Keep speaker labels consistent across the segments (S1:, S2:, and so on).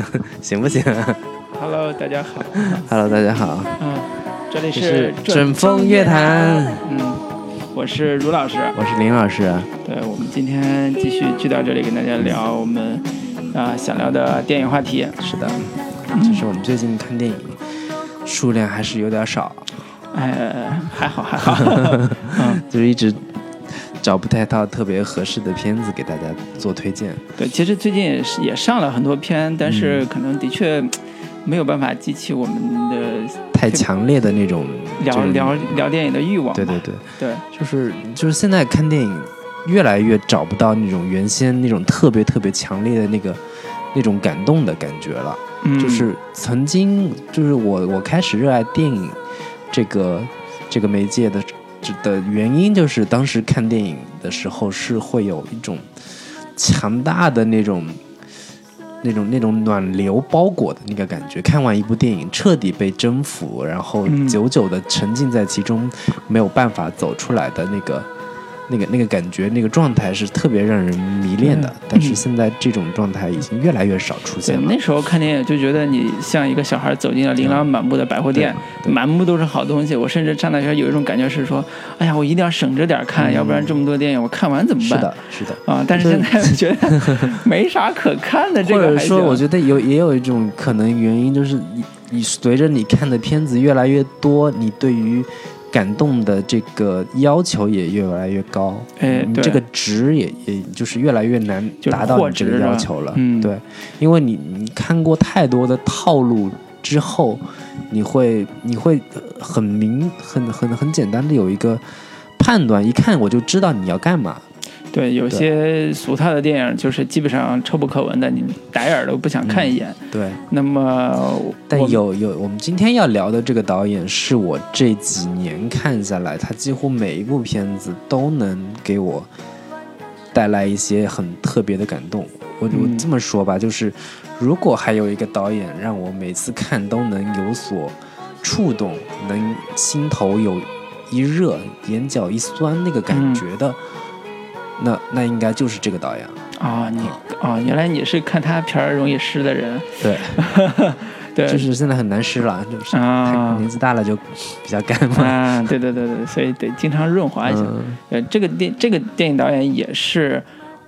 S1: 行不行、啊、
S2: ？Hello，大家好。
S1: Hello，大家好。
S2: 嗯，这里
S1: 这是
S2: 准
S1: 准风乐坛，
S2: 嗯，我是卢老师。
S1: 我是林老师。啊
S2: 对，我们今天继续聚到这里，跟大家聊我们啊、想聊的电影话题。
S1: 是的，就是我们最近看电影数量还是有点少，
S2: 哎，还好还好。 嗯，
S1: 就是一直找不太到特别合适的片子给大家做推荐。
S2: 对，其实最近也是也上了很多片，但
S1: 嗯
S2: 是可能的确没有办法激起我们的
S1: 太强烈的那种
S2: 聊
S1: 就是
S2: 聊聊电影的欲望吧。
S1: 对对对，
S2: 对
S1: 就是就是现在看电影越来越找不到那种原先那种特别特别强烈的那个那种感动的感觉了。
S2: 嗯，
S1: 就是曾经，就是我我开始热爱电影这个这个媒介的这的原因，就是当时看电影的时候是会有一种强大的那种那种那种暖流包裹的那个感觉。看完一部电影，彻底被征服，然后
S2: 嗯
S1: 久久的沉浸在其中，没有办法走出来的那个。那个那个感觉，那个状态是特别让人迷恋的，
S2: 嗯
S1: 但是现在这种状态已经越来越少出
S2: 对
S1: 现，了。
S2: 那时候看电影就觉得你像一个小孩走进了琳琅满目的百货店，
S1: 嗯对对
S2: 满目都是好东西。我甚至上大学有一种感觉是说，哎呀，我一定要省着点看，要不然这么多电影我看完怎么
S1: 嗯是
S2: 办？
S1: 的，是的。
S2: 啊，但是
S1: 对
S2: 现在觉得没啥可看的，这
S1: 或
S2: 个
S1: 者
S2: 还
S1: 说，
S2: 行
S1: 我觉得有也有一种可能原因，就是你你随着你看的片子越来越多，你对于感动的这个要求也越来越高，
S2: 哎
S1: 你
S2: 对
S1: 这个值也也就是越来越难
S2: 就是
S1: 达到
S2: 货
S1: 你这
S2: 值
S1: 个
S2: 是吧
S1: 要求了。
S2: 嗯
S1: 对，因为你你看过太多的套路之后，你会你会很明很很很简单的有一个判断，一看我就知道你要干嘛。
S2: 对有些俗套的电影就是基本上臭不可闻的，你打眼儿都不想看一眼。
S1: 对。
S2: 那么
S1: 嗯但
S2: 我们
S1: 有有，我们今天要聊的这个导演，是我这几年看下来，他几乎每一部片子都能给我带来一些很特别的感动。我我
S2: 嗯
S1: 这么说吧，就是如果还有一个导演让我每次看都能有所触动，能心头有一热，眼角一酸那个感
S2: 嗯
S1: 觉的，那那应该就是这个导演了。
S2: 啊你啊，原来你是看他片儿容易湿的人，
S1: 对，
S2: 对，
S1: 就是现在很难湿了，就是太
S2: 啊
S1: 年纪大了就比较干嘛。
S2: 啊，对对对对，所以得经常润滑一下。
S1: 嗯
S2: 呃，这个电这个电影导演也是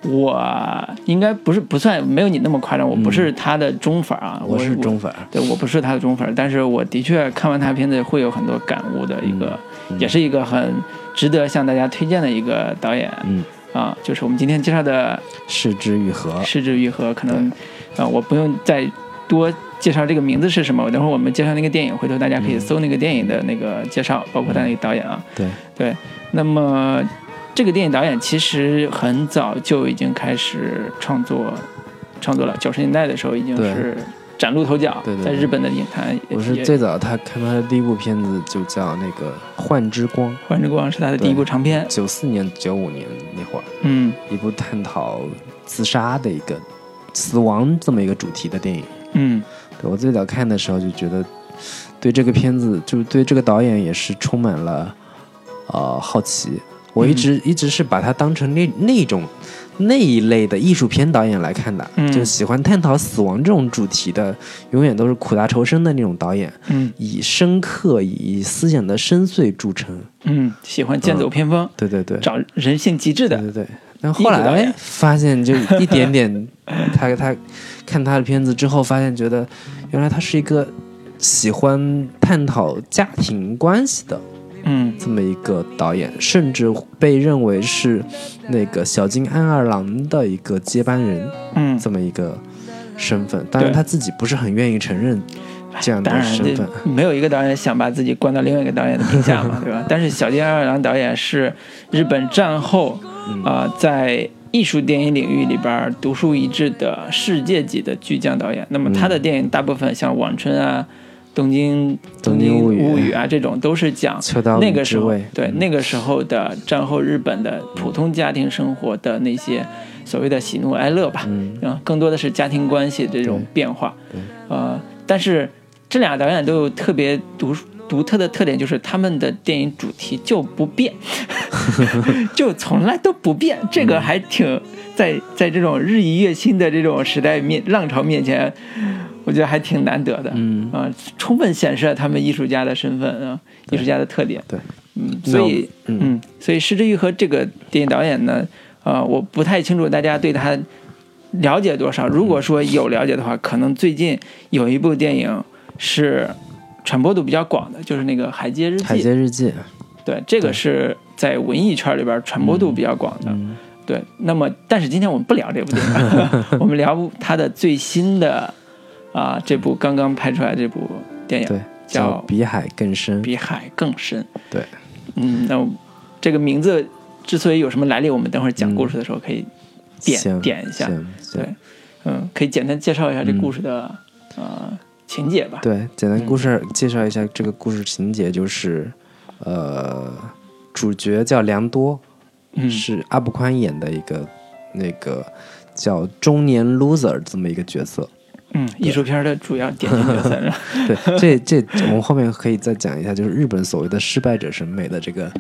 S2: 我应该不是不算没有你那么夸张，我不是他的忠粉啊，
S1: 嗯我是忠
S2: 我，
S1: 粉儿，
S2: 对我不是他的忠粉，但是我的确看完他片子会有很多感悟的一个，
S1: 嗯
S2: 也是一个很值得向大家推荐的一个导演。
S1: 嗯，
S2: 啊，就是我们今天介绍的
S1: 是之愈合，
S2: 《失之愈合》，可能呃我不用再多介绍这个名字是什么，等会儿我们介绍那个电影，回头大家可
S1: 嗯
S2: 以搜那个电影的那个介绍，包括他那个导演啊。
S1: 对，
S2: 对，那么这个电影导演其实很早就已经开始创作，创作了。九十年代的时候已经
S1: 对
S2: 是崭露头角，
S1: 对对
S2: 在
S1: 对
S2: 日本的影坛也
S1: 我是
S2: 也
S1: 最早他看他的第一部片子就叫那个《幻之光》，
S2: 《幻之光》是他的第一部长片。
S1: 九四年九五年那会儿，
S2: 嗯
S1: 一部探讨自杀的一个死亡这么一个主题的电影。
S2: 嗯
S1: 对我最早看的时候就觉得，对这个片子，就是对这个导演也是充满了呃好奇。我一直、一直是把他当成那那种那一类的艺术片导演来看的，
S2: 嗯
S1: 就喜欢探讨死亡这种主题的，永远都是苦大仇深的那种导演，
S2: 嗯
S1: 以深刻、以思想的深邃著称。
S2: 嗯，喜欢剑走偏锋，
S1: 对对对，
S2: 找人性极致
S1: 嗯对
S2: 的。
S1: 对对。但后来
S2: 艺术导演
S1: 哎发现，就一点点他，他看他的片子之后，发现觉得原来他是一个喜欢探讨家庭关系的
S2: 嗯
S1: 这么一个导演，甚至被认为是那个小津安二郎的一个接班人
S2: 嗯，
S1: 这么一个身份。当然
S2: 对
S1: 他自己不是很愿意承认这样
S2: 当
S1: 的
S2: 然，
S1: 身
S2: 这
S1: 份。
S2: 没有一个导演想把自己关到另外一个导演的评价 嘛，对吧？但是小津安二郎导演是日本战后，
S1: 嗯
S2: 呃，在艺术电影领域里边儿独树一帜的世界级的巨匠导演。那么他的电影大部分像《晚春》啊、《东京
S1: 东京
S2: 物
S1: 物语
S2: 语》啊这种，都是讲
S1: 秋刀
S2: 那
S1: 鱼
S2: 个时
S1: 之
S2: 候
S1: 味，嗯
S2: 对那个时候的战后日本的普通家庭生活的那些所谓的喜怒哀乐吧，
S1: 嗯
S2: 嗯，更多的是家庭关系这种变化，呃，但是这俩导演都有特别独独特的特点就是他们的电影主题就不变， 就从来都不变。这个还挺在在这种日益月新的这种时代面浪潮面前，我觉得还挺难得的。
S1: 嗯
S2: 啊、充分显示了他们艺术家的身份啊、艺术家的特点。
S1: 对，
S2: 嗯，
S1: 那
S2: 所以
S1: 嗯
S2: 嗯，所以石之愈和这个电影导演呢，呃，我不太清楚大家对他了解多少。如果说有了解的话，可能最近有一部电影是传播度比较广的，就是那个《海街日记
S1: 海》。街日记，
S2: 对，这个
S1: 对
S2: 是在文艺圈里边传播度比较广的。
S1: 嗯
S2: 对，那么但是今天我们不聊这部电 影，我们聊他的最新的啊、这部刚刚拍出来这部电影
S1: 对，叫
S2: 叫
S1: 比海更深
S2: 《比海更深》。
S1: 对，
S2: 嗯，那我这个名字之所以有什么来历，我们等会儿讲故事的时候可以点、
S1: 嗯行
S2: 点一下。
S1: 行行
S2: 对，嗯，可以简单介绍一下这故事的、呃情节 吧。
S1: 对，简单故事、介绍一下这个故事情节，就是，呃，主角叫良多，
S2: 嗯
S1: 是阿布宽演的一个那个叫中年 loser 这么一个角色。
S2: 嗯，艺术片的主要典型角色是 吧
S1: 对，这这我们后面可以再讲一下，就是日本所谓的失败者审美的这个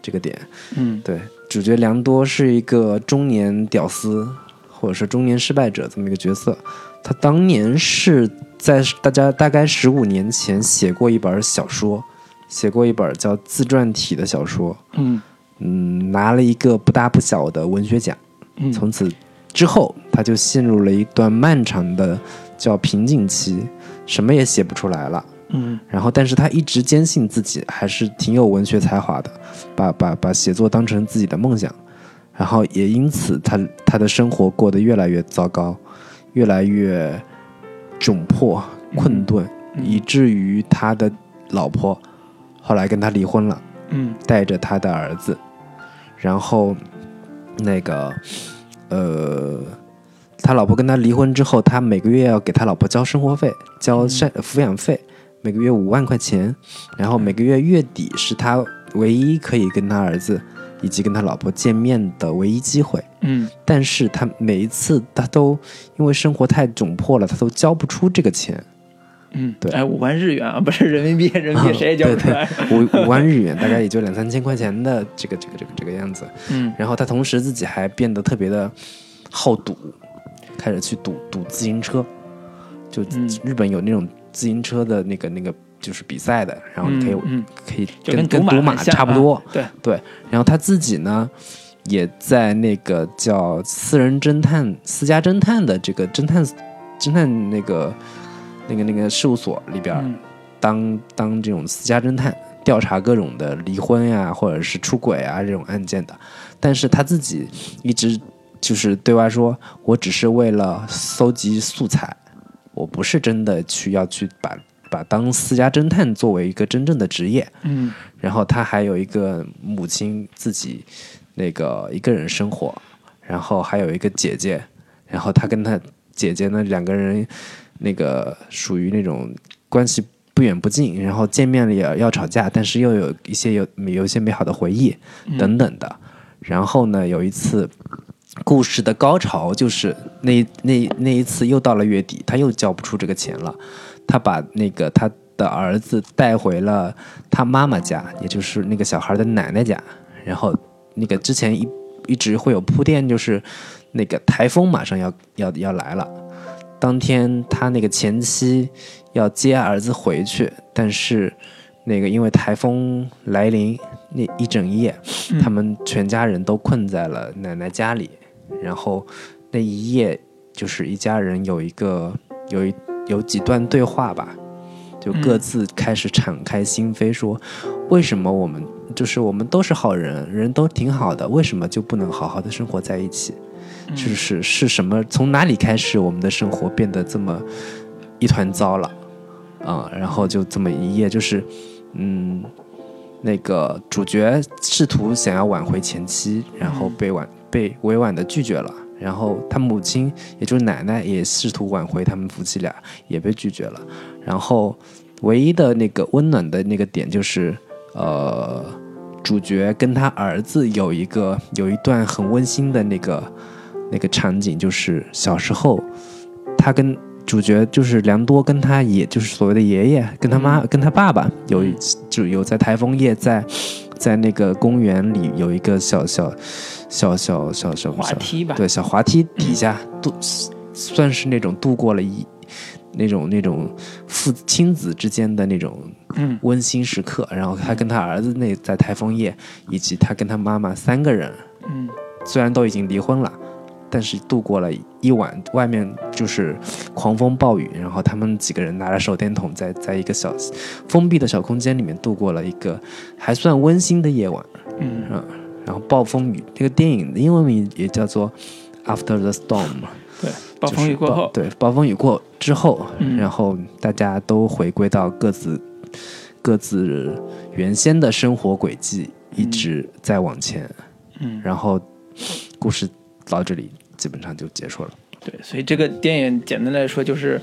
S1: 这个点。
S2: 嗯
S1: 对，主角良多是一个中年屌丝，或者是中年失败者这么一个角色。他当年是在大家大概十五年前写过一本小说，写过一本叫自传体的小说，
S2: 嗯
S1: 嗯，拿了一个不大不小的文学奖。
S2: 嗯，
S1: 从此之后，他就陷入了一段漫长的叫瓶颈期，什么也写不出来了。
S2: 嗯
S1: 然后，但是他一直坚信自己还是挺有文学才华的，把把把写作当成自己的梦想，然后也因此他他的生活过得越来越糟糕，越来越窘迫困顿，
S2: 嗯
S1: 以至于他的老婆后来跟他离婚了。
S2: 嗯
S1: 带着他的儿子，然后那个呃，他老婆跟他离婚之后，他每个月要给他老婆交生活费，交赡
S2: 嗯
S1: 抚养费，每个月五万块钱，然后每个月月底是他唯一可以跟他儿子以及跟他老婆见面的唯一机会。
S2: 嗯
S1: 但是他每一次他都因为生活太窘迫了，他都交不出这个钱，
S2: 嗯，
S1: 对
S2: 哎，五万日元啊，不是人民币，人民币谁也交不出来。
S1: 五五万日元大概也就两三千块钱的这个这个这个这个样子。
S2: 嗯
S1: 然后他同时自己还变得特别的好赌，开始去赌赌自行车，就
S2: 嗯
S1: 日本有那种自行车的那个那个就是比赛的，然后你可以、
S2: 嗯嗯
S1: 可以
S2: 就
S1: 跟
S2: 跟
S1: 跟
S2: 赌
S1: 赌
S2: 马
S1: 马
S2: 很像
S1: 差不
S2: 啊
S1: 多，
S2: 对，
S1: 对。然后他自己呢，也在那个叫私人侦探、私家侦探的这个侦探侦探那个那个那个事务所里边儿，
S2: 嗯
S1: 当当这种私家侦探，调查各种的离婚呀，或者是出轨啊这种案件的。但是他自己一直就是对外说，我只是为了搜集素材，我不是真的去要去把把当私家侦探作为一个真正的职业。
S2: 嗯
S1: 然后他还有一个母亲自己那个一个人生活，然后还有一个姐姐，然后他跟他姐姐呢两个人那个属于那种关系不远不近，然后见面了也要吵架，但是又有一些有有一些美好的回忆等等的。然后呢，有一次故事的高潮就是那那那一次又到了月底，他又交不出这个钱了，他把那个他的儿子带回了他妈妈家，也就是那个小孩的奶奶家。然后那个之前一一直会有铺垫，就是那个台风马上要要要来了。当天他那个前妻要接儿子回去，但是那个因为台风来临那一整夜，他们全家人都困在了奶奶家里。然后那一夜就是一家人有一个有一有几段对话吧，就各自开始敞开心扉说，为什么我们就是我们都是好人，人都挺好的，为什么就不能好好的生活在一起？就是是什么？从哪里开始，我们的生活变得这么一团糟了？啊、然后就这么一夜，就是，嗯，那个主角试图想要挽回前妻，然后被婉被委婉的拒绝了。然后他母亲，也就是奶奶，也试图挽回他们夫妻俩，也被拒绝了。然后唯一的那个温暖的那个点就是，呃，主角跟他儿子有一个有一段很温馨的那个那个场景，就是小时候他跟主角就是良多跟他也就是所谓的爷爷，跟他妈、跟他爸爸有一就有在台风夜在在那个公园里有一个小小小小小小
S2: 滑
S1: 小
S2: 梯吧，
S1: 对，小滑梯底下度算是那种度过了一那种那种父亲子之间的那种
S2: 嗯
S1: 温馨时刻。然后他跟他儿子那在台风夜，以及他跟他妈妈三个人，
S2: 嗯，
S1: 虽然都已经离婚了，但是度过了一晚，外面就是狂风暴雨，然后他们几个人拿着手电筒在在一个小封闭的小空间里面度过了一个还算温馨的夜晚。
S2: 嗯，
S1: 然后暴风雨这个电影的英文名也叫做《After the Storm》嘛，
S2: 对，暴风雨过后，
S1: 就是暴对，暴风雨过之后，
S2: 嗯
S1: 然后大家都回归到各自各自原先的生活轨迹，一直在往前，
S2: 嗯，
S1: 然后故事到这里基本上就结束了。
S2: 对，所以这个电影简单来说就是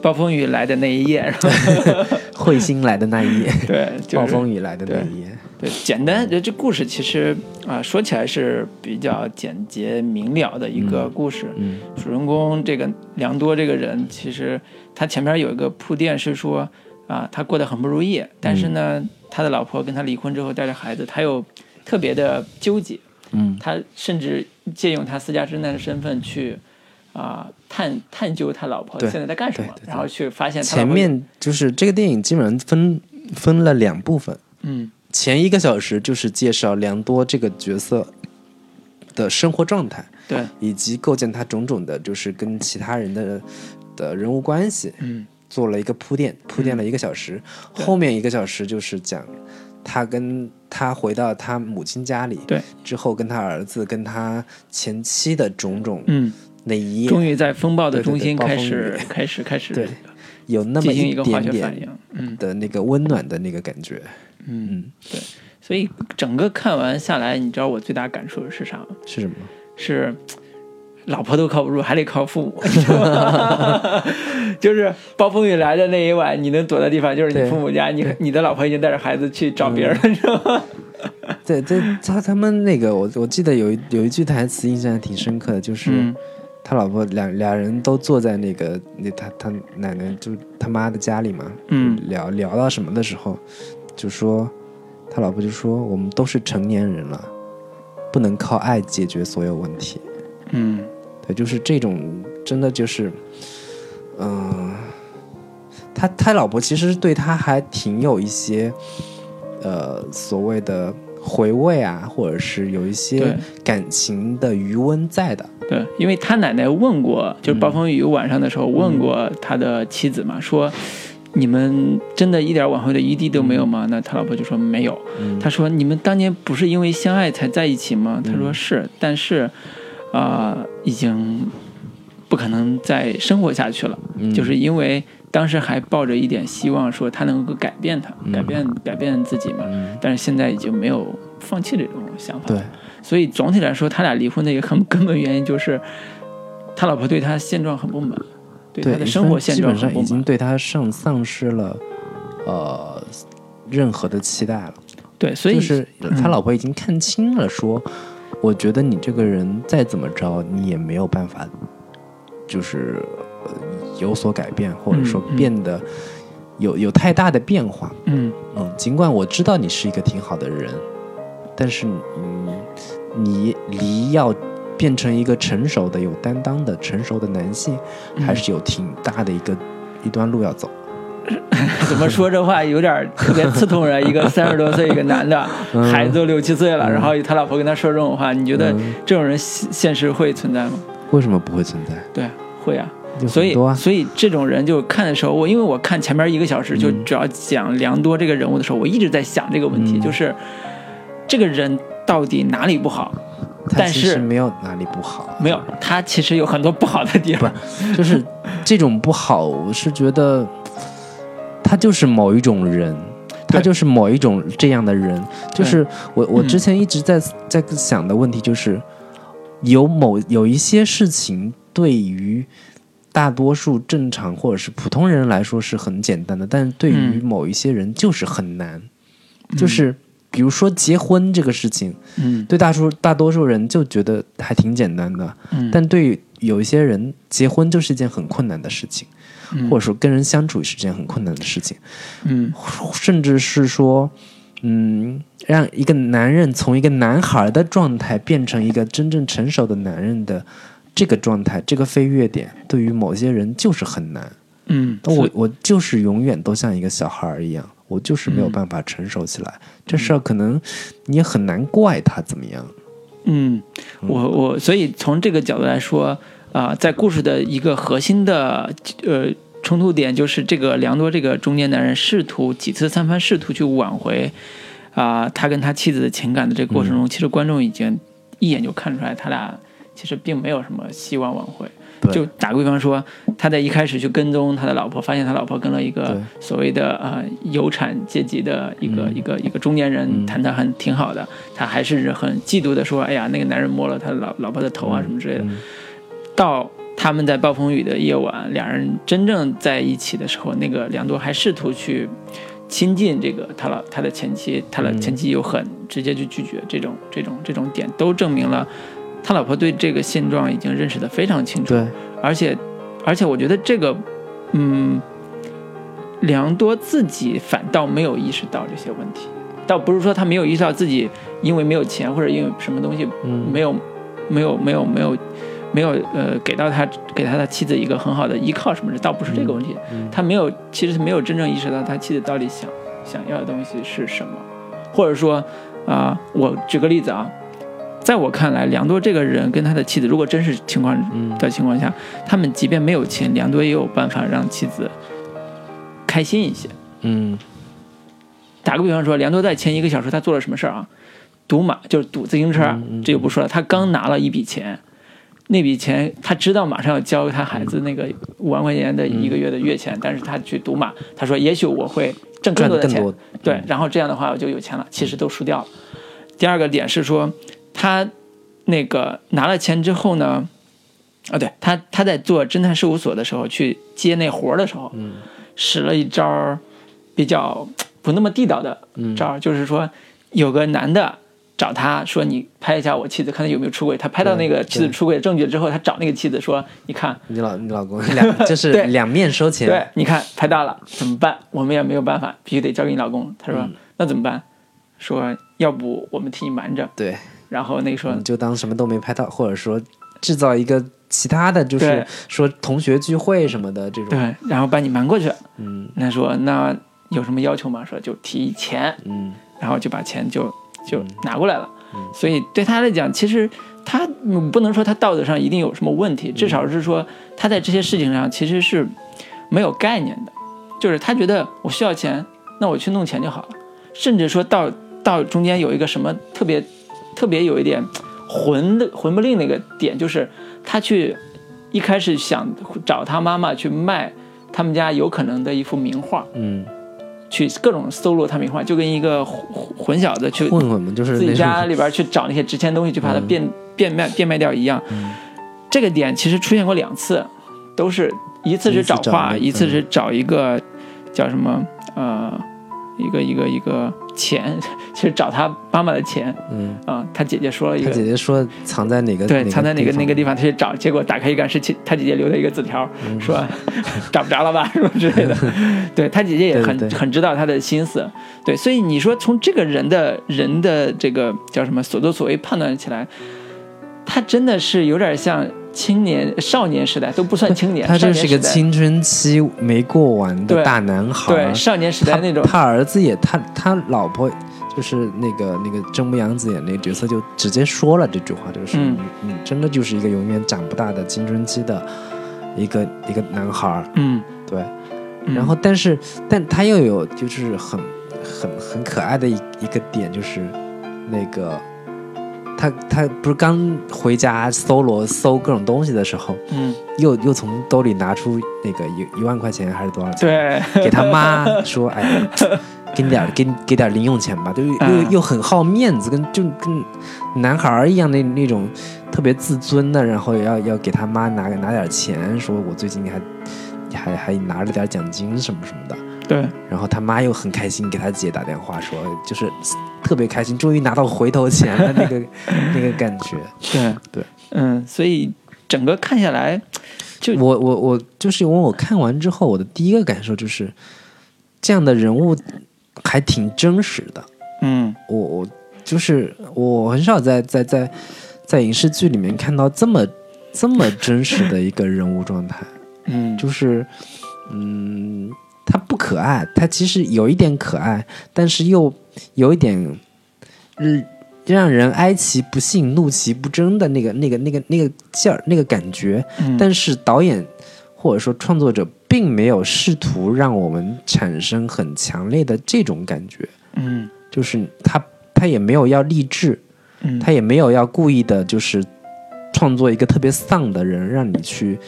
S2: 暴风雨来的那一夜，然后
S1: 彗星来的那一夜，
S2: 对， 就是、
S1: 暴风雨来的那一夜，
S2: 对，简单，这这故事其实啊、说起来是比较简洁明了的一个故事。
S1: 嗯
S2: 主人公这个良多这个人，其实他前面有一个铺垫是说啊、他过得很不如意，但是呢，
S1: 嗯
S2: 他的老婆跟他离婚之后带着孩子，他又特别的纠结，
S1: 嗯
S2: 他甚至借用他私家侦探的身份去。啊、探探究他老婆
S1: 对
S2: 现在在干什么
S1: 对对，对
S2: 然后去发现他老
S1: 前
S2: 婆
S1: 面就是这个电影基本上分分了两部分。
S2: 嗯
S1: 前一个小时就是介绍良多这个角色的生活状态，
S2: 对
S1: 以及构建他种种的，就是跟其他人的的人物关系，
S2: 嗯
S1: 做了一个铺垫，铺垫了一个小时。后面一个小时就是讲他跟他回到他母亲家里，
S2: 对
S1: 之后跟他儿子、跟他前妻的种种
S2: 嗯，
S1: 那一
S2: 终
S1: 页，
S2: 于在风暴
S1: 对
S2: 的
S1: 对
S2: 中
S1: 对
S2: 心
S1: 暴
S2: 开
S1: 风
S2: 始
S1: 雨
S2: 开始开始
S1: 对有那么
S2: 进行一个化
S1: 点
S2: 学反应
S1: 点，
S2: 嗯
S1: 的那个温暖的那个感觉
S2: 嗯，对，所以整个看完下来，你知道我最大感触是啥吗？
S1: 是什么？
S2: 是老婆都靠不住，还得靠父母， 你知道吗？ 就是暴风雨来的那一晚，你能躲的地方就是你
S1: 对
S2: 父母家，你你的老婆已经带着孩子去找别人了，你知道吗？
S1: 对对，他他们那个，我我记得有一有一句台词印象还挺深刻的，就是、
S2: 嗯
S1: 他老婆俩俩人都坐在那个那他他奶奶就他妈的家里嘛，
S2: 嗯，
S1: 聊聊到什么的时候，就说他老婆就说我们都是成年人了，不能靠爱解决所有问题。
S2: 嗯，
S1: 对，就是这种真的就是，嗯、他他老婆其实对他还挺有一些，呃，所谓的回味啊，或者是有一
S2: 对
S1: 些感情的余温在的。
S2: 对，因为他奶奶问过，
S1: 嗯
S2: 就是暴风雨晚上的时候问过他的妻子嘛，说你们真的一点挽回的余地都没有吗？那他老婆就说没有。
S1: 嗯
S2: 他说你们当年不是因为相爱才在一起吗？他说是，但是啊、已经不可能再生活下去了，
S1: 嗯
S2: 就是因为当时还抱着一点希望，说他能够改变他，改变改变自己嘛。
S1: 嗯，
S2: 但是现在已经没有放弃这种想法了
S1: 对，
S2: 所以总体来说，他俩离婚的一个很根本原因就是，他老婆对他现状很不满，对他的
S1: 一
S2: 生
S1: 分
S2: 活现
S1: 基
S2: 状
S1: 本
S2: 很
S1: 上
S2: 不
S1: 已经
S2: 满。
S1: 对他丧丧失了呃任何的期待了。
S2: 对，所以、
S1: 就
S2: 嗯
S1: 是他老婆已经看清了说，我觉得你这个人再怎么着，你也没有办法，就是、呃有所改变，或者说
S2: 嗯嗯
S1: 变得有有太大的变化。
S2: 嗯，
S1: 嗯，尽管我知道你是一个挺好的人，但是嗯，你离要变成一个成熟的、有担当的成熟的男性，
S2: 嗯
S1: 还是有挺大的一个一段路要走。
S2: 怎么说这话有点儿特别刺痛人。一 个三十多岁一个男的，
S1: 嗯
S2: 孩子都六七岁了，然后他老婆跟他说这种话，你觉得这种人现现实会存在吗？
S1: 为什么不会存在？
S2: 对啊，会啊。
S1: 有
S2: 所
S1: 很
S2: 以
S1: 多啊，
S2: 所以这种人就看的时候，我因为我看前面一个小时就主要讲良多这个人物的时候，我一直在想这个问题，
S1: 嗯
S2: 就是这个人到底哪里不好？
S1: 他
S2: 但
S1: 其
S2: 是
S1: 实没有哪里不好，
S2: 没有，他其实有很多不好的地方。
S1: 就是这种不好，我是觉得他就是某一种人，他
S2: 对
S1: 就是某一种这样的人。就是我我
S2: 嗯
S1: 之前一直在、在想的问题，就是有某有一些事情对于大多数正常或者是普通人来说是很简单的，但是对于
S2: 嗯
S1: 某一些人就是很难，就是比如说结婚这个事情，
S2: 嗯
S1: 对大数大多数人就觉得还挺简单的，
S2: 嗯，
S1: 但对于有一些人，结婚就是一件很困难的事情，
S2: 嗯
S1: 或者说跟人相处是件很困难的事情，
S2: 嗯
S1: 甚至是说，嗯，让一个男人从一个男孩的状态变成一个真正成熟的男人的这个状态，这个飞跃点，对于某些人就是很难。
S2: 嗯，
S1: 我
S2: 是
S1: 我就是永远都像一个小孩儿一样，我就是没有
S2: 嗯
S1: 办法成熟起来。这事儿可能你也很难怪他怎么样。
S2: 嗯，我我所以从这个角度来说啊、在故事的一个核心的呃冲突点就是这个良多这个中年男人试图几次三番试图去挽回啊、他跟他妻子的情感的这个过程中，其实观众已经一眼就看出来他俩其实并没有什么希望挽回。
S1: 对
S2: 就打个比方说，他在一开始去跟踪他的老婆，发现他老婆跟了一个
S1: 对嗯
S2: 所谓的呃有产阶级的一个、一个一个中年人谈得很挺好的，他还是很嫉妒的说，哎呀，那个男人摸了他老老婆的
S1: 嗯
S2: 头啊什么之类的。到他们在暴风雨的夜晚，两人真正在一起的时候，那个梁多还试图去亲近这个他老他的前妻，他
S1: 嗯
S2: 的前妻又很直接去拒绝这种这种这种点，都证明了他老婆对这个现状已经认识的非常清楚。
S1: 对，
S2: 而且，而且我觉得这个，嗯，良多自己反倒没有意识到这些问题，倒不是说他没有意识到自己因为没有钱或者因为什么东西
S1: 嗯，
S2: 没有，没有，没有，没有，没有，呃，给到他给他的妻子一个很好的依靠什么的，倒不是这个问题，
S1: 嗯
S2: 他没有，其实是没有真正意识到他妻子到底想想要的东西是什么，或者说，啊、我举个例子啊。在我看来，良多这个人跟他的妻子，如果真实情况
S1: 嗯
S2: 的情况下，他们即便没有钱，梁多也有办法让妻子开心一些。
S1: 嗯
S2: 打个比方说，梁多在前一个小时他做了什么事儿啊？赌马就是赌自行车，
S1: 嗯嗯
S2: 这就不说了。他刚拿了一笔钱，那笔钱他知道马上要交他孩
S1: 嗯
S2: 子那个五万块钱的一个月的月钱，但是他去赌马，他说也许我会挣
S1: 赚
S2: 更多
S1: 的
S2: 的
S1: 更
S2: 钱，
S1: 多。
S2: 对，然后这样的话我就有钱了，其实都输掉了。第二个点是说，他那个拿了钱之后呢，啊、对他他在做侦探事务所的时候去接那活儿的时候，使了一招儿比较不那么地道的招儿，就是说有个男的。找他说：“你拍一下我妻子，看她有没有出轨。”他拍到那个妻子出轨的证据之后，他找那个妻子说：“你看，
S1: 你老你老 公两就是
S2: 对
S1: 两面收钱，
S2: 对，你看拍到了怎么办？我们也没有办法，必须得交给你老公。他说、那怎么办？说要不我们替你瞒着。
S1: 对，
S2: 然后那个说、
S1: 你就当什么都没拍到，或者说制造一个其他的，就是
S2: 对
S1: 说同学聚会什么的这种。
S2: 对，然后把你瞒过去。
S1: 嗯
S2: 那说那有什么要求吗？说就提钱，
S1: 嗯
S2: 然后就把钱就就拿过来了。所以对他来讲，其实他嗯不能说他道德上一定有什么问题，至少是说他在这些事情上其实是没有概念的，就是他觉得我需要钱，那我去弄钱就好了。甚至说到到中间有一个什么特别特别有一点混的混不吝的一个点，就是他去一开始想找他妈妈去卖他们家有可能的一幅名画，
S1: 嗯，
S2: 去各种搜罗他名画，就跟一个混混小子去
S1: 混混嘛，就是
S2: 自己
S1: 那
S2: 家
S1: 种。嗯
S2: 里边去找那些值钱东西，去把它变、变卖变卖掉一样。这个点其实出现过两次，都是一次是找画，
S1: 一
S2: 一
S1: 次找那个嗯
S2: 次是找一个叫什么呃，一个一个一个钱， 其实找他妈妈的钱
S1: 嗯，
S2: 啊、他姐姐说了一
S1: 他
S2: 个。
S1: 姐姐说藏在哪个
S2: 对，藏在哪
S1: 哪
S2: 个
S1: 地
S2: 那个
S1: 方
S2: 地方，他去找，结果打开一看是其他姐姐留的一个字条，
S1: 嗯
S2: 说 找不着了吧，什 么之类 的。对他姐姐也
S1: 对对
S2: 很
S1: 对
S2: 很知道他的心思，对，所以你说从这个人的人的这个叫什么所作所为判断起来，他真的是有点像青年少年时代都不算青 年，
S1: 他这
S2: 少
S1: 是个
S2: 年时代
S1: 青春期没过完的
S2: 对
S1: 大男孩儿。
S2: 对少年时
S1: 他
S2: 代那种
S1: 他儿子也他他老婆就是那个那个真木阳子演那个角色就直接说了这句话，就是、
S2: 嗯
S1: 你你真的就是一个永远长不大的青春期的一个一个男孩儿，
S2: 嗯，
S1: 对。
S2: 嗯
S1: 然后但是但他又有就是很很很可爱的一一个点就是那个。他他不是刚回家搜罗搜各种东西的时候，
S2: 嗯，
S1: 又又从兜里拿出那个一一万块钱还是多少钱？
S2: 对，
S1: 给他妈说，哎呀，给你点儿给 你给点儿零用钱吧，就是又
S2: 嗯
S1: 又很好面子，跟就跟男孩儿一样那那种特别自尊的，然后要要给他妈拿拿点儿钱，说我最近还还还拿了点儿奖金什么什么的，
S2: 对，
S1: 然后他妈又很开心，给他姐打电话说，就是特别开心，终于拿到回头钱了那个那个感觉。
S2: 对
S1: 对，
S2: 嗯，所以整个看下来，就
S1: 我我我就是因为我看完之后，我的第一个感受就是，这样的人物还挺真实的。
S2: 嗯
S1: 我我就是我很少在在在在影视剧里面看到这么这么真实的一个人物状态。
S2: 嗯，
S1: 就是，嗯，它不可爱，它其实有一点可爱，但是又有一点，嗯，让人哀其不幸，怒其不争的那个、那个、那个、那个劲儿、那个感觉。
S2: 嗯
S1: 但是导演或者说创作者并没有试图让我们产生很强烈的这种感觉，
S2: 嗯
S1: 就是他他也没有要励志，
S2: 嗯，
S1: 他也没有要故意的，就是创作一个特别丧的人，让你去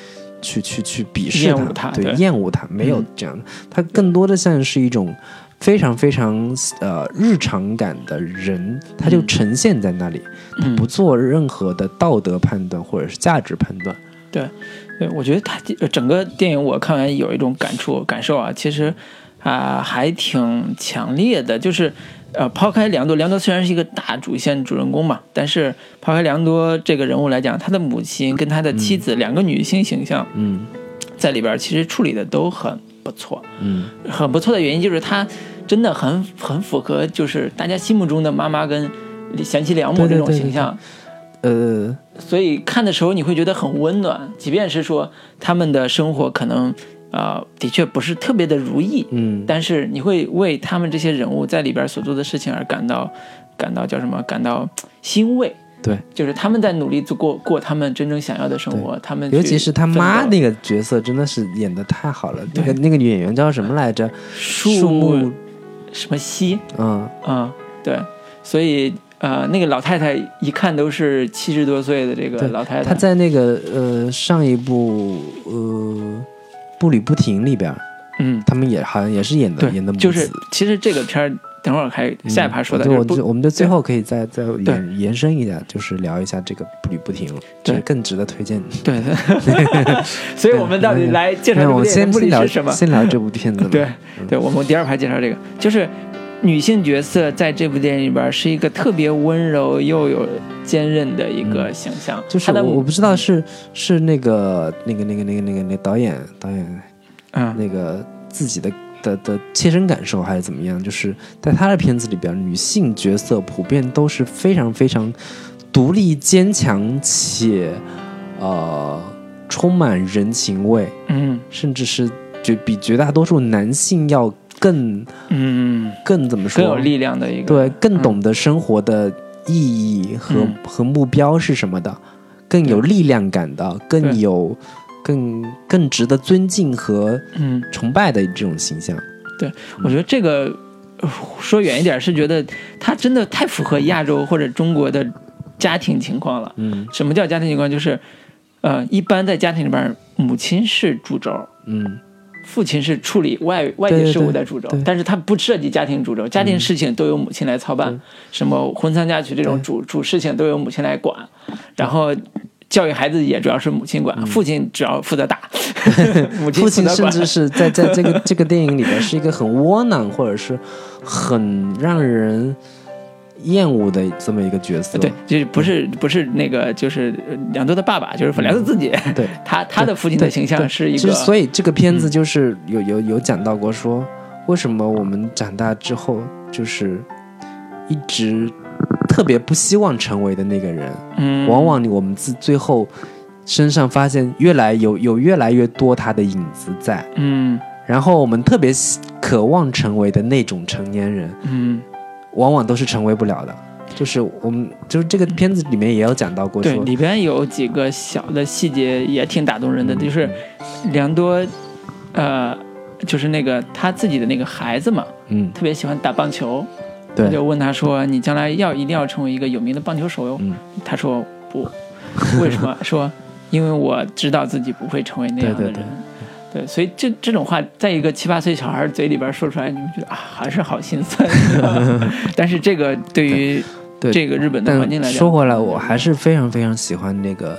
S1: 去去去鄙视
S2: 厌恶他
S1: 对
S2: 对
S1: 厌恶他，没有
S2: 嗯
S1: 这样的，他更多的像是一种非常非常呃日常感的人，他就
S2: 嗯
S1: 呈现在那里，
S2: 嗯
S1: 不做任何的道德判断或者是价值判断。
S2: 对，我觉得他呃整个电影我看完有一种感触感受啊，其实啊、还挺强烈的，就是呃抛开梁多，梁多虽然是一个大主线主人公嘛，但是抛开梁多这个人物来讲，他的母亲跟他的妻子、两个女性形象
S1: 嗯
S2: 在里边儿其实处理的都很不错，
S1: 嗯
S2: 很不错的原因就是他真的很很符合就是大家心目中的妈妈跟贤妻良母这
S1: 对对
S2: 种
S1: 对
S2: 形
S1: 对
S2: 象。
S1: 呃
S2: 所以看的时候你会觉得很温暖，即便是说他们的生活可能呃的确不是特别的如意，
S1: 嗯
S2: 但是你会为他们这些人物在里边所做的事情而感到感到叫什么？感到欣慰。
S1: 对，
S2: 就是他们在努力过过他们真正想要的生活，他们去
S1: 尤其是他妈
S2: 奋斗
S1: 那个角色真的是演的太好了，那
S2: 对
S1: 个那个女演员叫什么来着？
S2: 树木什么西
S1: 嗯，
S2: 啊、对，所以呃那个老太太一看都是七十多岁的这个
S1: 对
S2: 老太太，
S1: 他在那个呃上一部呃《步履不停》里边儿，
S2: 嗯
S1: 他们也好像也是演的
S2: 对
S1: 演的母子，
S2: 就是其实这个片儿等会儿还
S1: 嗯
S2: 下一趴说的，
S1: 我就我
S2: 就是不
S1: 就我们就最后可以再再
S2: 对
S1: 延延伸一下，就是聊一下这个《步履不停》了，这
S2: 对
S1: 更值得推荐。
S2: 对， 所以我们到底来介绍
S1: 那
S2: 这
S1: 我
S2: 部
S1: 们
S2: 电影
S1: 先
S2: 的目
S1: 先
S2: 的
S1: 聊
S2: 是什么？
S1: 先嗯聊这部片子吧。
S2: 对，对，我们第二排介绍这个，就是女性角色在这部电影里边是一个特别温柔又有坚韧的一个形象，
S1: 嗯就是
S2: 她的
S1: 我
S2: 母
S1: 我不知道是是那个那个那个那个那个那个导演导演
S2: 嗯
S1: 那个自己的的的切身感受还是怎么样，就是在他的片子里边，女性角色普遍都是非常非常独立、坚强且呃充满人情味，
S2: 嗯
S1: 甚至是绝比绝大多数男性要更
S2: 嗯，
S1: 更怎么说
S2: 更有力量的一个
S1: 对，更懂得生活的意义和、
S2: 嗯
S1: 和目标是什么的，更有力量感的，更
S2: 对
S1: 有更更值得尊敬和
S2: 嗯，
S1: 崇拜的这种形象。
S2: 我觉得这个呃说远一点是觉得她真的太符合亚洲或者中国的家庭情况了。
S1: 嗯
S2: 什么叫家庭情况？就是呃，一般在家庭里边，母亲是主轴。
S1: 嗯
S2: 父亲是处理外外界事务的主轴
S1: 对对，嗯
S2: 但是他不涉及家庭主轴，家庭事情都由母亲来操办，
S1: 对
S2: 什么婚丧嫁娶这种
S1: 对
S2: 主主事情都由母亲来管，然后教育孩子也主要是母亲管，父亲主要负责 打，母，亲
S1: 嗯父
S2: 负
S1: 亲
S2: 责
S1: 甚
S2: 管。
S1: 至是在在这个 这个电影里边是一个很窝囊，或者是很让人厌恶的这么一个角色。
S2: 对，就是不是不是那个，就是呃梁多的爸爸，就是梁多自己，
S1: 对
S2: 他他的父亲
S1: 对
S2: 的形象
S1: 对
S2: 是一
S1: 其
S2: 个嗯
S1: 实，所以这个片子就是有有有讲到过说，为什么我们长大之后就是一直特别不希望成为的那个人，
S2: 嗯，
S1: 往往我们自最后身上发现越来有有越来越多他的影子在。
S2: 嗯
S1: 然后我们特别希渴望成为的那种成年人，
S2: 嗯，
S1: 往往都是成为不了的。就是我们就是这个片子里面也有讲到过
S2: 对，
S1: 说，
S2: 里边有几个小的细节也挺打动人
S1: 嗯
S2: 的，就是良多，呃，就是那个他自己的那个孩子嘛，
S1: 嗯，
S2: 特别喜欢打棒球，他
S1: 对
S2: 就问他说：“你将来要一定要成为一个有名的棒球手哟。
S1: 嗯
S2: 他说：“不，为 什么？说因为我知道自己不会成为那样的人。
S1: 对对
S2: 对所以这这种话，在一个七八岁 小 孩嘴里边说出来，你们觉得啊，还是好心酸。但是这个对于
S1: 对
S2: 这个日本的环境来
S1: 但
S2: 讲，
S1: 说回来，我还是非常非常喜欢那个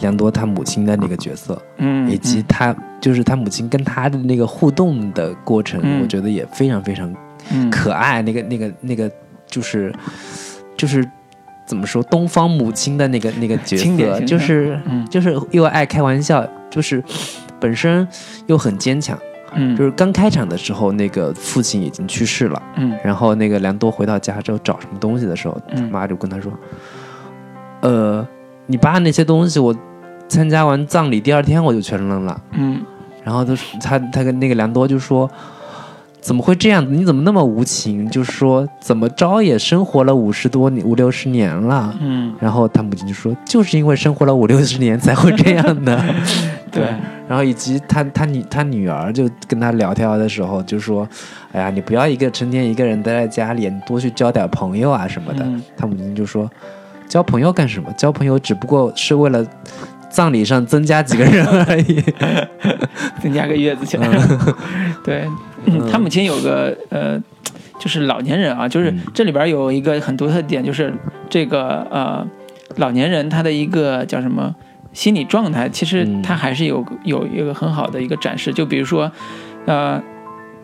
S1: 良多他母亲的那个角色，
S2: 嗯，
S1: 以及他就是他母亲跟他的那个互动的过程，
S2: 嗯
S1: 我觉得也非常非常
S2: 嗯
S1: 可爱。那个那个那个就是就是怎么说，东方母亲的那个那个角
S2: 经典
S1: 色，
S2: 形象
S1: 就是
S2: 嗯
S1: 就是又爱开玩笑，就是本身又很坚强。
S2: 嗯
S1: 就是刚开场的时候，那个父亲已经去世了。
S2: 嗯
S1: 然后那个梁多回到家之后找什么东西的时候，
S2: 嗯
S1: 他妈就跟他说：“呃，你爸那些东西我参加完葬礼第二天我就全扔了。
S2: 嗯”
S1: 然后他说他他跟那个梁多就说：“怎么会这样子？你怎么那么无情？就是说怎么着也生活了五十多年五六十年了。”
S2: 嗯，
S1: 然后他母亲就说：“就是因为生活了五六十年才会这样的。”
S2: 对，
S1: 然后以及他他女他女儿就跟他聊天的时候就说：“哎呀，你不要一个成天一个人待在家里，你多去交点朋友啊什么的。
S2: 嗯
S1: 他母亲就说：“交朋友干什么？交朋友只不过是为了葬礼上增加几个人而 已。
S2: 增加个月子钱。 对，嗯他母亲有个呃，就是老年人啊，就是
S1: 嗯
S2: 这里边有一个很独特的点，就是这个呃，老年人他的一个叫什么心理状态，其实
S1: 嗯
S2: 他还是有有一个很好的一个展示。就比如说，呃，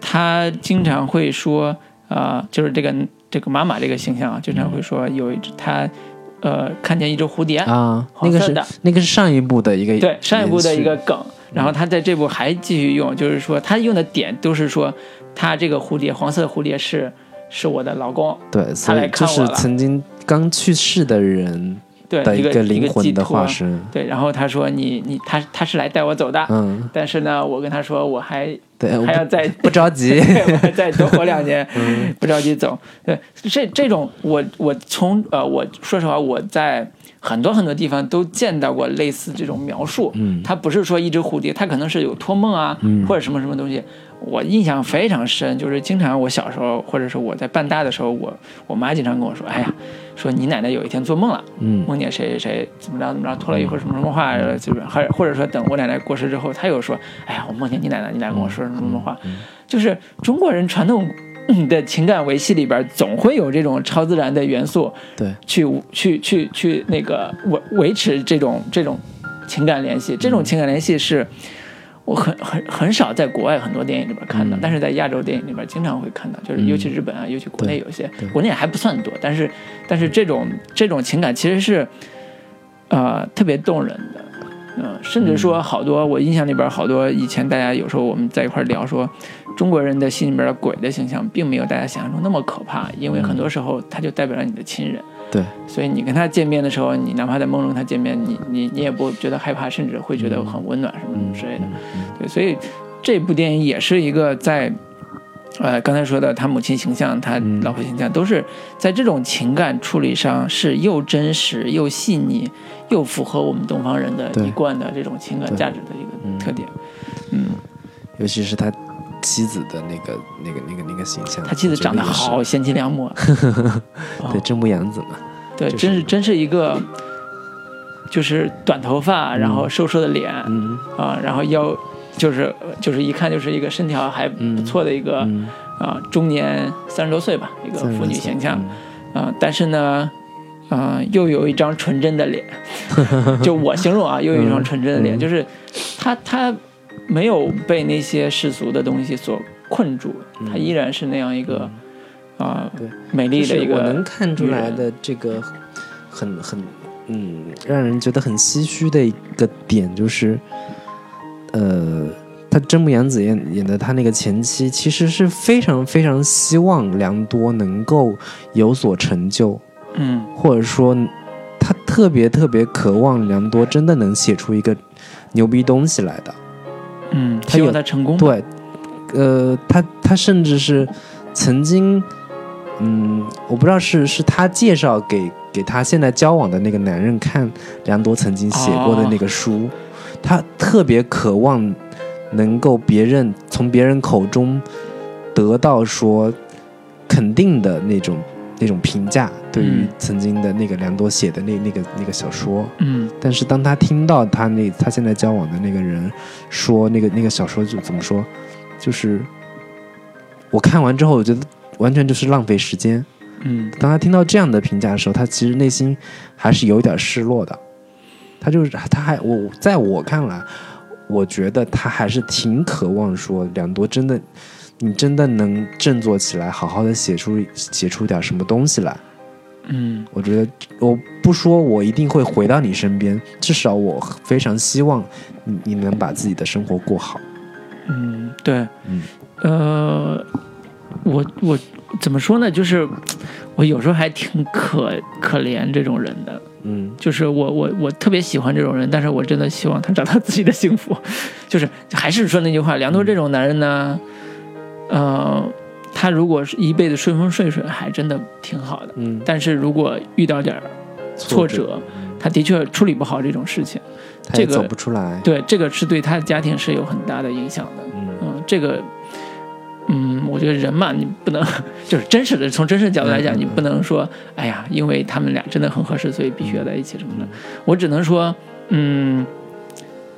S2: 他经常会说，呃，就是这个这个妈妈这个形象啊，经常会说有一只他呃看见一只蝴蝶。
S1: 啊，那
S2: 黄
S1: 个
S2: 色
S1: 是
S2: 的
S1: 那个是上一部的一个
S2: 对上一部的一个
S1: 延续
S2: 梗，然后他在这部还继续用，就是说他用的点都是说他这个蝴蝶黄色的蝴蝶是是我的老公，
S1: 对，所以
S2: 来
S1: 就
S2: 看我
S1: 是
S2: 了
S1: 曾经刚去世的人
S2: 对
S1: 的
S2: 一个
S1: 个
S2: 一
S1: 灵
S2: 个
S1: 魂
S2: 寄
S1: 的化
S2: 托，
S1: 身。
S2: 对，然后他说你你他他是来带我走的，
S1: 嗯，
S2: 但是呢，我跟他说我还
S1: 对，我
S2: 还要
S1: 不
S2: 再
S1: 不着 急。嗯
S2: 对，我还再多活两 年，不着急走。对，这这种我我从呃，我说实话，我在很多很多地方都见到过类似这种描述。
S1: 嗯
S2: 它不是说一只蝴蝶，它可能是有托梦啊，
S1: 嗯
S2: 或者什么什么东西。我印象非常深，就是经常我小时候，或者是我在半大的时候，我我妈经常跟我说，哎呀，说你奶奶有一天做梦了。
S1: 嗯
S2: 梦见谁谁谁怎么着怎么着，托了一会儿什么什么话，呃就是还或者说等我奶奶过世之后，他又说，哎呀，我梦见你奶奶，你奶奶跟我说什么什么话，就是中国人传统嗯的情感维系里边，总会有这种超自然的元素
S1: 对，
S2: 去去去去那个维维持这种这种情感联系，这种情感联系是。我很很很少在国外很多电影里边看到，
S1: 嗯
S2: 但是在亚洲电影里边经常会看到，就是
S1: 嗯
S2: 尤其日本啊，尤其国内有些
S1: 对，
S2: 国内还不算多，但是但是这种这种情感其实是，呃，特别动人的，嗯、甚至说好多我印象里边好多以前大家有时候我们在一块儿聊说，中国人的心里边的鬼的形象并没有大家想象中那么可怕，因为
S1: 嗯
S2: 很多时候他就代表了你的亲人，
S1: 对，
S2: 所以你跟他见面的时候，你哪怕在梦中跟他见面，你
S1: 嗯
S2: 你你也不觉得害怕，甚至会觉得很温暖什么什么之类的。
S1: 嗯
S2: 对，所以这部电影也是一个在，呃，刚才说的他母亲形象、他
S1: 嗯
S2: 老婆形象，都是在这种情感处理上是又真实又细腻，又符合我们东方人的
S1: 对
S2: 一贯的这种情感
S1: 对
S2: 价值的一
S1: 嗯
S2: 个特点。嗯，
S1: 尤其是他妻子的那个、那个、那个、那个形象，
S2: 他妻子长
S1: 我
S2: 得
S1: 觉也是，
S2: 好哦贤妻良母啊，
S1: 对，真木阳子嘛，
S2: 对，
S1: 就是
S2: 真是真是一个。就是短头发，然后瘦瘦的脸啊、
S1: 嗯
S2: 然后腰，就是就是一看就是一个身条还不错的一个、
S1: 嗯，
S2: 啊、中年三十多岁吧，一个
S1: 三十
S2: 妇
S1: 多
S2: 女
S1: 岁嗯
S2: 形象啊、但是呢，啊，又有一张纯真 的脸，就我形容啊，又有一张纯真的脸，
S1: 嗯
S2: 就是她她没有被那些世俗的东西所困住，她依然是那样一个啊、
S1: 嗯对
S2: 美丽
S1: 就
S2: 的一
S1: 是我能
S2: 个，嗯
S1: 看出来的这个很很嗯，让人觉得很唏嘘的一个点就是，呃。他真木阳子演演的他那个前妻，其实是非常非常希望良多能够有所成就，
S2: 嗯
S1: 或者说他特别特别渴望良多真的能写出一个牛逼东西来的。
S2: 嗯，
S1: 她
S2: 希望
S1: 有
S2: 她成功，
S1: 对，呃，他他甚至是曾经，嗯，我不知道是是他介绍给给他现在交往的那个男人看梁多曾经写过的那个书，他特别渴望能够别人从别人口中得到说肯定的那种。那种评价对于
S2: 嗯
S1: 曾经的那个梁多写的那那个那个小说，
S2: 嗯
S1: 但是当他听到他那他现在交往的那个人说那个那个小说就怎么说，就是我看完之后，我觉得完全就是浪费时间，
S2: 嗯
S1: 当他听到这样的评价的时候，他其实内心还是有一点失落的。他就是他还我在我看来，我觉得他还是挺渴望说梁多真的，你真的能振作起来，好好的写出写出点什么东西来。
S2: 嗯
S1: 我觉得我不说我一定会回到你身边，至少我非常希望你你能把自己的生活过好。
S2: 嗯，对，
S1: 嗯
S2: 呃，我我怎么说呢？就是我有时候还挺可可怜这种人的，
S1: 嗯
S2: 就是我我我特别喜欢这种人，但是我真的希望他找到自己的幸福。就是还是说那句话，梁多这种男人呢，呃，他如果是一辈子顺风顺水，还真的挺好的。
S1: 嗯，
S2: 但是如果遇到点儿挫折，嗯他的确处理不好这种事情，
S1: 他也
S2: 这个
S1: 走不出来。
S2: 对这个是对他的家庭是有很大的影响的。
S1: 嗯
S2: 嗯，这个，嗯，我觉得人嘛，你不能 就是真实的，从真实的角度来讲，
S1: 嗯嗯
S2: 你不能说，哎呀，因为他们俩真的很合适，所以必须要在一起什么的。我只能说，嗯，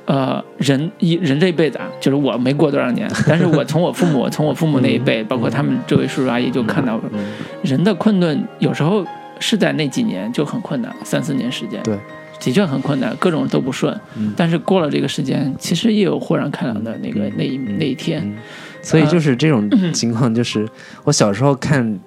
S2: 呃，人一人这一辈子啊，就是我没过多 少年，但是我从我父母，从我父母那一辈，包括他们这位叔叔阿姨，就看到
S1: 嗯
S2: 人的困顿，有时候是在那几年就很困难，三四年时间，
S1: 对，
S2: 的确很困难，各种都不顺。
S1: 嗯
S2: 但是过了这个时间，其实也有豁然开朗的那个、
S1: 嗯
S2: 那一
S1: 嗯
S2: 那一天。
S1: 嗯，所以就是这种
S2: 嗯
S1: 情况，就是我小时候看。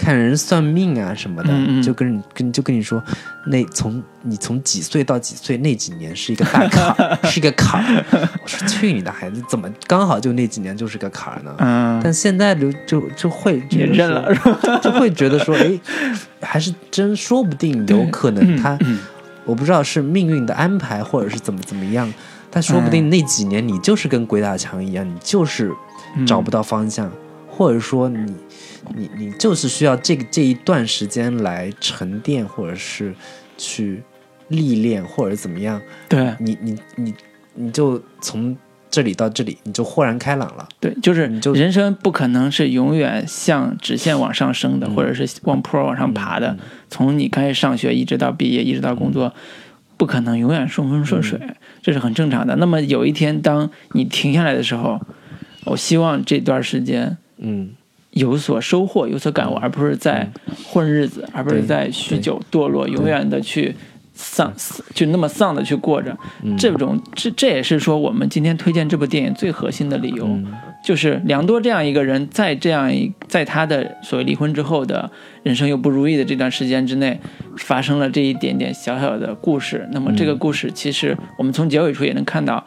S1: 看人算命啊什么的，
S2: 嗯嗯
S1: 就跟你跟就跟你说，那从你从几岁到几岁那几年是一个大坎 儿，是一个坎儿。我说去你的孩子，怎么刚好就那几年就是个坎儿呢？
S2: 嗯，
S1: 但现在就就就会觉
S2: 也
S1: 得
S2: 认
S1: 说
S2: 了，是 吧？
S1: 就会觉得说，哎，还是真说不定有可
S2: 嗯
S1: 能他，我不知道是命运的安排，或者是怎么怎么样，但说不定那几年你就是跟鬼打墙一样，你就是
S2: 嗯
S1: 找不到方向，或者说你你你就是需要这个这一段时间来沉淀，或者是去历练，或者怎么样，
S2: 对
S1: 你你你你就从这里到这里，你就豁然开朗了。
S2: 对，就是
S1: 你就
S2: 人生不可能是永远像直线往上升的，
S1: 嗯
S2: 或者是往坡往上爬的。从你开始上学一直到毕业，一直到工作，
S1: 嗯
S2: 不可能永远顺风顺水，这是很正常的。那么有一天，当你停下来的时候，我希望这段时间。
S1: 嗯，
S2: 有所收获、有所感悟，而不是在混日子，而不是在酗酒、堕落，永远的去丧，就那么丧的去过着。这种这这也是说我们今天推荐这部电影最核心的理由，就是梁多这样一个人，在这样一在他的所谓离婚之后的人生又不如意的这段时间之内，发生了这一点点小小的故事。那么这个故事其实我们从结尾处也能看到，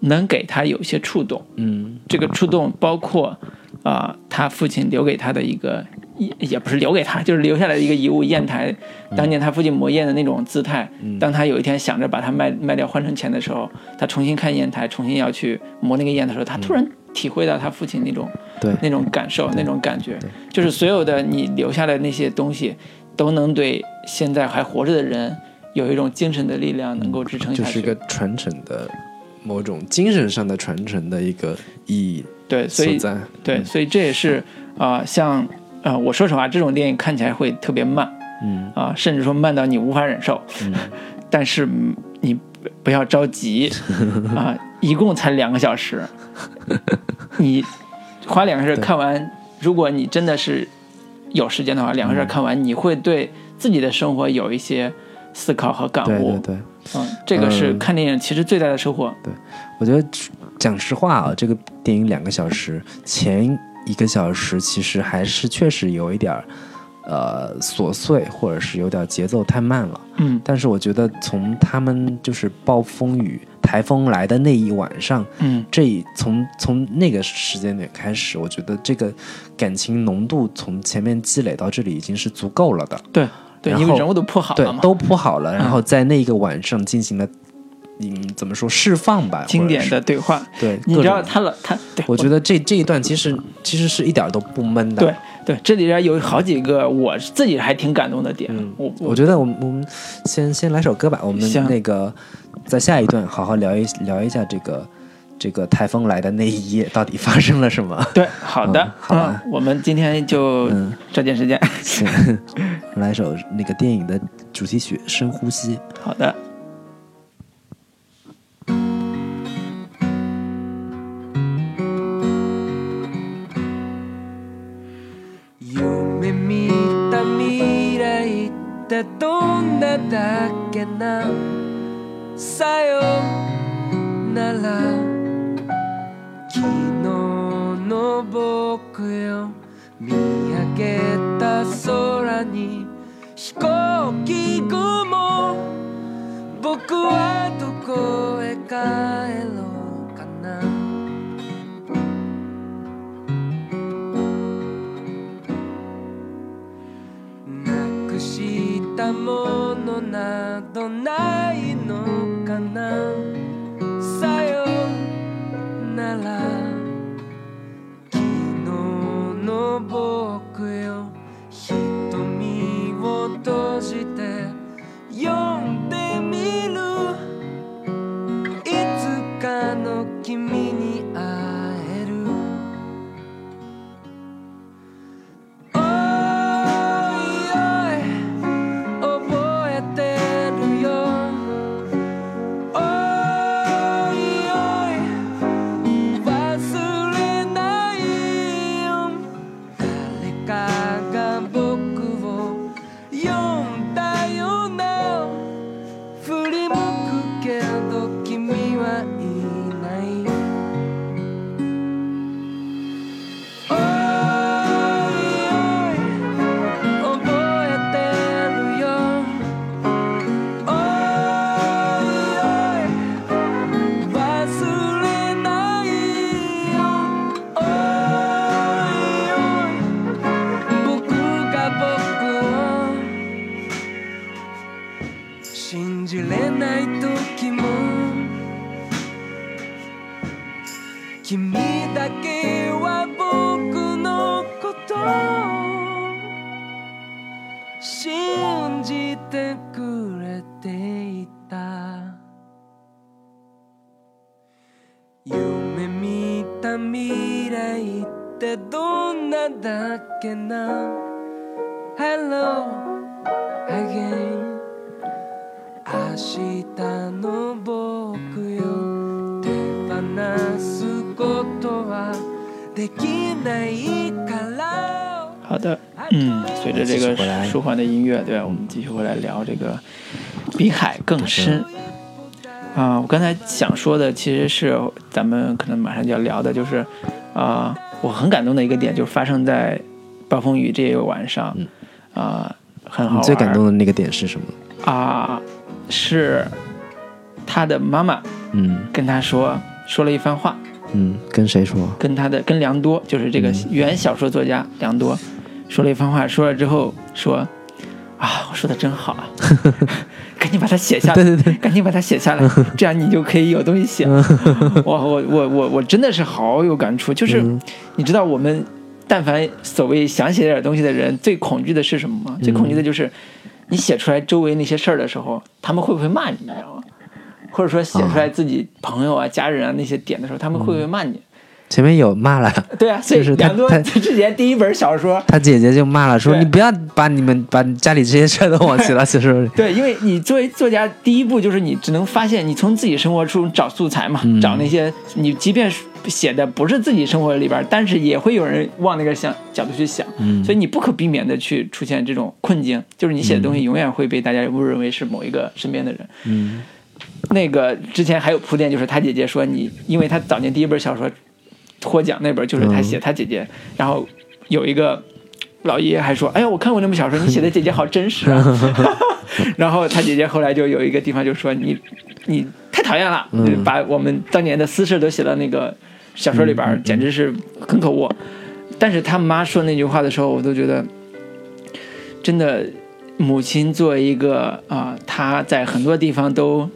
S2: 能给他有一些触动。
S1: 嗯
S2: 这个触动包括啊、他父亲留给他的一个也也不是留给他，就是留下来的一个遗物砚台。当年他父亲磨砚的那种姿态，
S1: 嗯
S2: 当他有一天想着把它卖卖掉换成钱的时候，他重新看砚台，重新要去磨那个砚的时候，他突然体会到他父亲那种
S1: 嗯对
S2: 那种感受、那种感觉，就是所有的你留下的那些东西，都能对现在还活着的人有一种精神的力量，能够支撑
S1: 就
S2: 下
S1: 是
S2: 去。
S1: 一个传承的某种精神上的传承的一个意义
S2: 对，所
S1: 所
S2: 以
S1: 在。嗯
S2: 对，所以这也是啊、呃像呃，我说实话，这种电影看起来会特别慢
S1: 嗯
S2: 啊、甚至说慢到你无法忍受。 但是嗯你不不要着 急啊、一共才两个小时，你花两个小时看完，如果你真的是有时间的话，两个
S1: 嗯
S2: 小时看完，你会对自己的生活有一些思考和感
S1: 对
S2: 悟。
S1: 对对，
S2: 嗯，这个是
S1: 嗯
S2: 看电影其实最大的收获。
S1: 我觉得讲实话啊，这个电影两个小时，前一个小时其实还是确实有一点儿呃琐碎，或者是有点节奏太慢了。
S2: 嗯
S1: 但是我觉得从他们就是暴风雨、台风来的那一晚上，
S2: 嗯
S1: 这一从从那个时间点开始，我觉得这个感情浓度从前面积累到这里已经是足够了的。
S2: 对对，
S1: 然
S2: 因为
S1: 后
S2: 人物都铺好
S1: 对
S2: 了，嗯嘛，
S1: 都铺好了，然后在那个晚上进行了，嗯，怎么说释放吧，
S2: 经典
S1: 或
S2: 的
S1: 者
S2: 对话。
S1: 是对，
S2: 你
S1: 各
S2: 知道
S1: 种
S2: 他老他，对
S1: 我觉得这这一段其实其实是一点儿都不闷的。
S2: 对，对，这里边有好几个我自己还挺感动的点。我
S1: 嗯我觉得我们我们先先来首歌吧，我们
S2: 行
S1: 那个在下一段好好聊一聊一下这个这个台风来的那一夜到底发生了什么。
S2: 对，好的，
S1: 嗯好吧
S2: 嗯，我们今天就
S1: 嗯
S2: 抓紧时间。
S1: 行，来首那个电影的主题曲《深呼吸》。
S2: 好的，
S3: 夢見たた未来ってどんなだっけなさよなら昨日の僕よ見上げた空に飛行機雲僕はどこへ帰ろうかななくしたものなどないのかなさよなら昨日の僕よ瞳を閉じて読んでみるいつかの君に会える「おいおい覚えてるよ」「おいおい忘れないよ」「誰かが僕を呼んだよな」「振り向くけど君はいない」「おいおい覚えてるよ」「おいおい忘れないよ」「おいおい僕が僕を信じれない時も」君だけは僕のことを信じてくれていた夢見た未来ってどんなだっけな Hello again 明日の僕よ手放すことはできないから
S2: 好的，嗯，随着这
S1: 继续
S2: 个
S1: 回来嗯
S2: 舒缓的音乐，对吧？我们继续回来聊这个比海更深。啊、我刚才想说的其实是咱们可能马上就要聊的，就是啊、我很感动的一个点，就是发生在暴风雨这个晚上，啊、很
S1: 嗯
S2: 好
S1: 你
S2: 玩。
S1: 最感动的那个点是什么？
S2: 啊、是他的妈妈
S1: 嗯
S2: 跟他说说了一番话，
S1: 嗯，跟谁说？
S2: 跟他的跟良多，就是这个原小说作家良多，说了一番话，说了之后说，啊，我说的真好啊， 赶紧把它写下来，对对对，赶紧把它写下来，这样你就可以有东西写 了。我我我我我真的是好有感触，就是、你知道我们但凡所谓想写点东西的人，最恐惧的是什么吗？最恐惧的就是你写出来周围那些事儿的时候，他们会不会骂你，你知道吗？或者说写出来自己朋友啊、嗯家人啊那些点的时候，他们会不会骂你？
S1: 前面有骂了，
S2: 对啊，所以
S1: 就是他
S2: 梁多
S1: 他
S2: 之前第一本小说，
S1: 他姐姐就骂了，说
S2: 对
S1: 你不要把你们把家里这些事儿都往其他写手里。
S2: 对，因为你作为作家，第一步就是你只能发现，你从自己生活中找素材嘛，找那些你即便写的不是自己生活里边儿，但是也会有人往那个想角度去想，所以你不可避免的去出现这种困境，就是你写的东西永远会被大家误认为是某一个身边的人。
S1: 嗯
S2: 那个之前还有铺垫，就是他姐姐说你，因为他早年第一本小说获奖那本就是他写他姐姐，然后有一个老爷爷还说，哎呀，我看过那本小说，你写的姐姐好真实啊。然后他姐姐后来就有一个地方就说你你太讨厌了，就是
S1: 嗯
S2: 把我们当年的私事都写到那个小说里
S1: 嗯
S2: 边儿，简直是很可恶。但是他妈说那句话的时候，我都觉得真的，母亲作为一个啊、她在很多地方都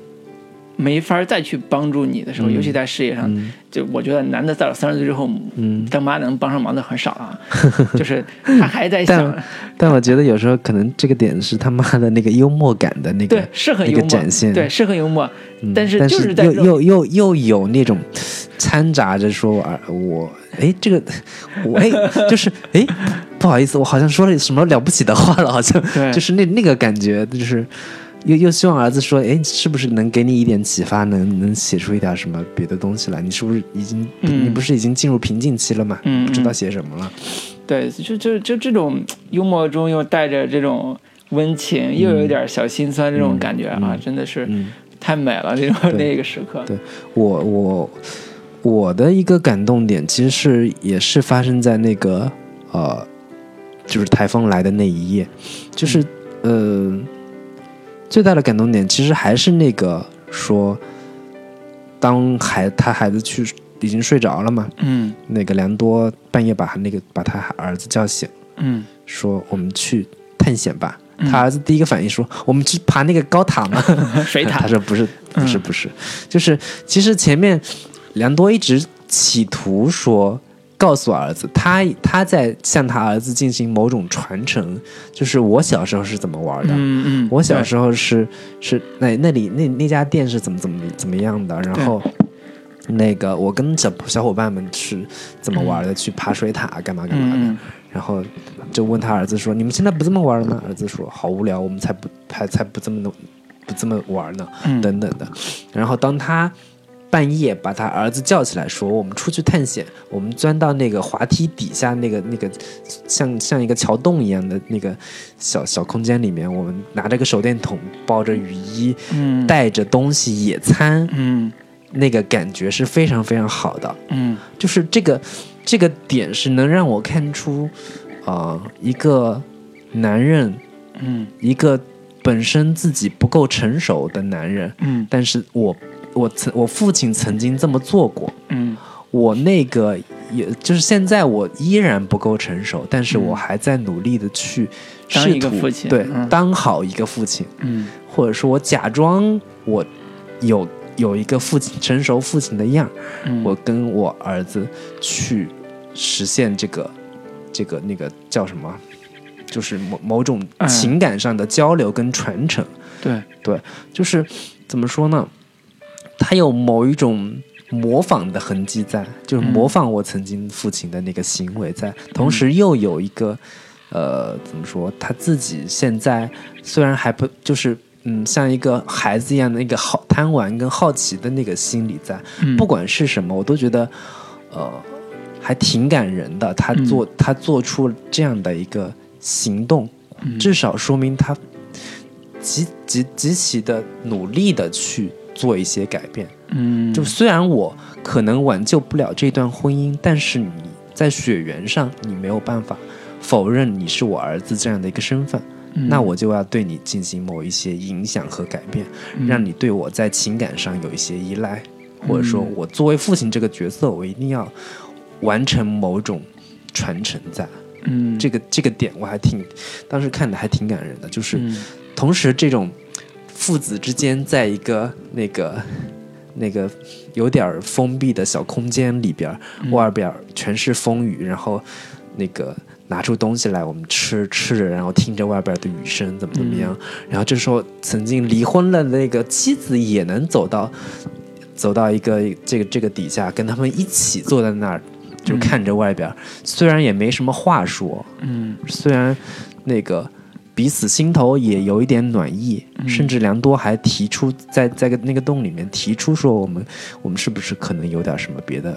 S2: 没法儿再去帮助你的时候，尤其在事业上，就我觉得男的到了三十岁之后，
S1: 嗯，
S2: 当妈能帮上忙的很少了 啊，就是他还在想，
S1: 但我觉得有时候可能这个点是他妈的那个幽默感的那个
S2: 对，是很
S1: 那
S2: 幽
S1: 个
S2: 默，
S1: 展现，
S2: 对，是很幽默，
S1: 嗯
S2: 但是
S1: 但
S2: 就是在
S1: 又
S2: 这种
S1: 又又又有那种掺杂着说，啊，我哎这个我哎就是哎不好意思，我好像说了什么了不起的话了，好像
S2: 对
S1: 就是那那个感觉，就是又又希望儿子说，哎是不是能给你一点启发，能能写出一点什么别的东西来？你是不是已经、
S2: 嗯
S1: 你不是已经进入瓶颈期了嘛？
S2: 嗯
S1: 不知道写什么了，
S2: 对，就就就这种幽默中又带着这种温情，又有点小心酸这种感觉啊，真的是
S1: 嗯
S2: 太美了，这种
S1: 对
S2: 那个时刻。
S1: 对我我我的一个感动点，其实是也是发生在那个呃，就是台风来的那一夜，就是、呃，最大的感动点其实还是那个说，当孩他孩子去已经睡着了嘛，
S2: 嗯
S1: 那个良多半夜把那个把他儿子叫醒，
S2: 嗯，
S1: 说我们去探险吧。
S2: 嗯
S1: 他儿子第一个反应说：“我们去爬那个高塔吗？”
S2: 水
S1: 他
S2: 塔，
S1: 说不是，不是，
S2: 嗯
S1: 不是，就是其实前面良多一直企图说告诉儿子，他他在向他儿子进行某种传承，就是我小时候是怎么玩的。
S2: 嗯嗯，
S1: 我小
S2: 对
S1: 时候是是那那里那那家店是怎么怎么怎么样的，然后那个我跟小小伙伴们是怎么玩的，去爬水塔干嘛干嘛的，
S2: 嗯
S1: 然后就问他儿子说：“你们现在不这么玩了吗？”儿子说：“好无聊，我们才不还才不这么弄，不这么玩呢，
S2: 嗯
S1: 等等的。”然后当他半夜把他儿子叫起来说：“我们出去探险，我们钻到那个滑梯底下那个那个像像一个桥洞一样的那个小小空间里面，我们拿着个手电筒，包着雨衣，
S2: 嗯
S1: 带着东西野餐，
S2: 嗯
S1: 那个感觉是非常非常好的。”
S2: 嗯
S1: 就是这个这个点是能让我看出，啊、一个男人，
S2: 嗯
S1: 一个本身自己不够成熟的男人，
S2: 嗯
S1: 但是我我曾我父亲曾经这么做过，
S2: 嗯
S1: 我那个也就是现在我依然不够成熟，但是我还在努力的去试
S2: 嗯当
S1: 图
S2: 一个父亲
S1: 对、
S2: 嗯
S1: 当好一个父亲，
S2: 嗯
S1: 或者说我假装我有有一个父亲成熟父亲的样儿。
S2: 嗯，
S1: 我跟我儿子去实现这个这个那个叫什么，就是某某种
S2: 嗯
S1: 情感上的交流跟传承，
S2: 对，
S1: 就是怎么说呢？他有某一种模仿的痕迹在，就是模仿我曾经父亲的那个行为在，同时又有一个呃，怎么说？他自己现在虽然还不就是。嗯，像一个孩子一样的那个好贪玩跟好奇的那个心理在，
S2: 嗯
S1: 不管是什么，我都觉得，呃，还挺感人的。他做、他做出这样的一个行动，
S2: 嗯
S1: 至少说明他极极极其的努力的去做一些改变。
S2: 嗯
S1: 就虽然我可能挽救不了这段婚姻，但是你在血缘上你没有办法否认你是我儿子这样的一个身份，
S2: 嗯
S1: 那我就要对你进行某一些影响和改变。
S2: 嗯
S1: 让你对我在情感上有一些依赖，或者说
S2: 嗯
S1: 我作为父亲这个角色，我一定要完成某种传承在。
S2: 嗯
S1: 这个这个点我还挺，当时看的还挺感人的，就是
S2: 嗯
S1: 同时这种父子之间在一个那个那个有点儿封闭的小空间里边儿，外边儿全是风雨，然后那个拿出东西来，我们吃吃着，然后听着外边的雨声，怎么怎么样，然后这时候曾经离婚了的那个妻子也能走到走到一个这个这个底下，跟他们一起坐在那儿。就看着外边儿，虽然也没什么话说，
S2: 嗯
S1: 虽然那个彼此心头也有一点暖意，甚至良多还提出在在个那个洞里面提出说我们我们是不是可能有点什么别的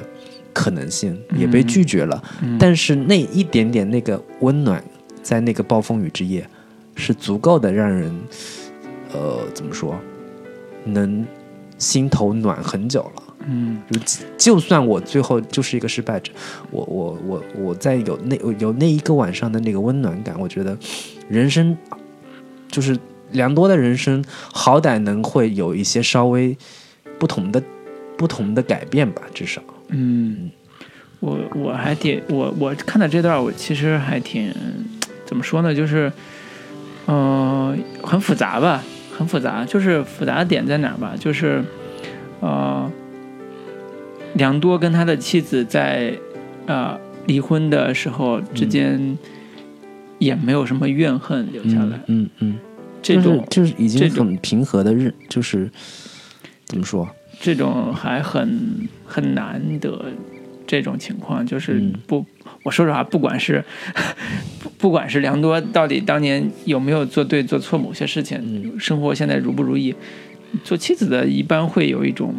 S1: 可能性，也被拒绝了。但是那一点点那个温暖，在那个暴风雨之夜，是足够的让人呃怎么说，能心头暖很久了。
S2: 嗯
S1: 就就算我最后就是一个失败者，我我我我在有那有那一个晚上的那个温暖感，我觉得人生就是良多的人生，好歹能会有一些稍微不同的不同的改变吧，至少
S2: 嗯，我我还挺我我看到这段，我其实还挺怎么说呢，就是嗯、呃很复杂吧，很复杂，就是复杂的点在哪儿吧，就是呃，良多跟他的妻子在呃离婚的时候
S1: 嗯
S2: 之间也没有什么怨恨留下来，
S1: 嗯嗯，
S2: 这种
S1: 就是就是已
S2: 这
S1: 经
S2: 种
S1: 很平和的日，就是怎么说，
S2: 这种还很很难得，这种情况就是
S1: 嗯
S2: 不，我说实话，不管是 不不管是良多到底当年有没有做对做错某些事情，生活现在如不如意，做妻子的一般会有一种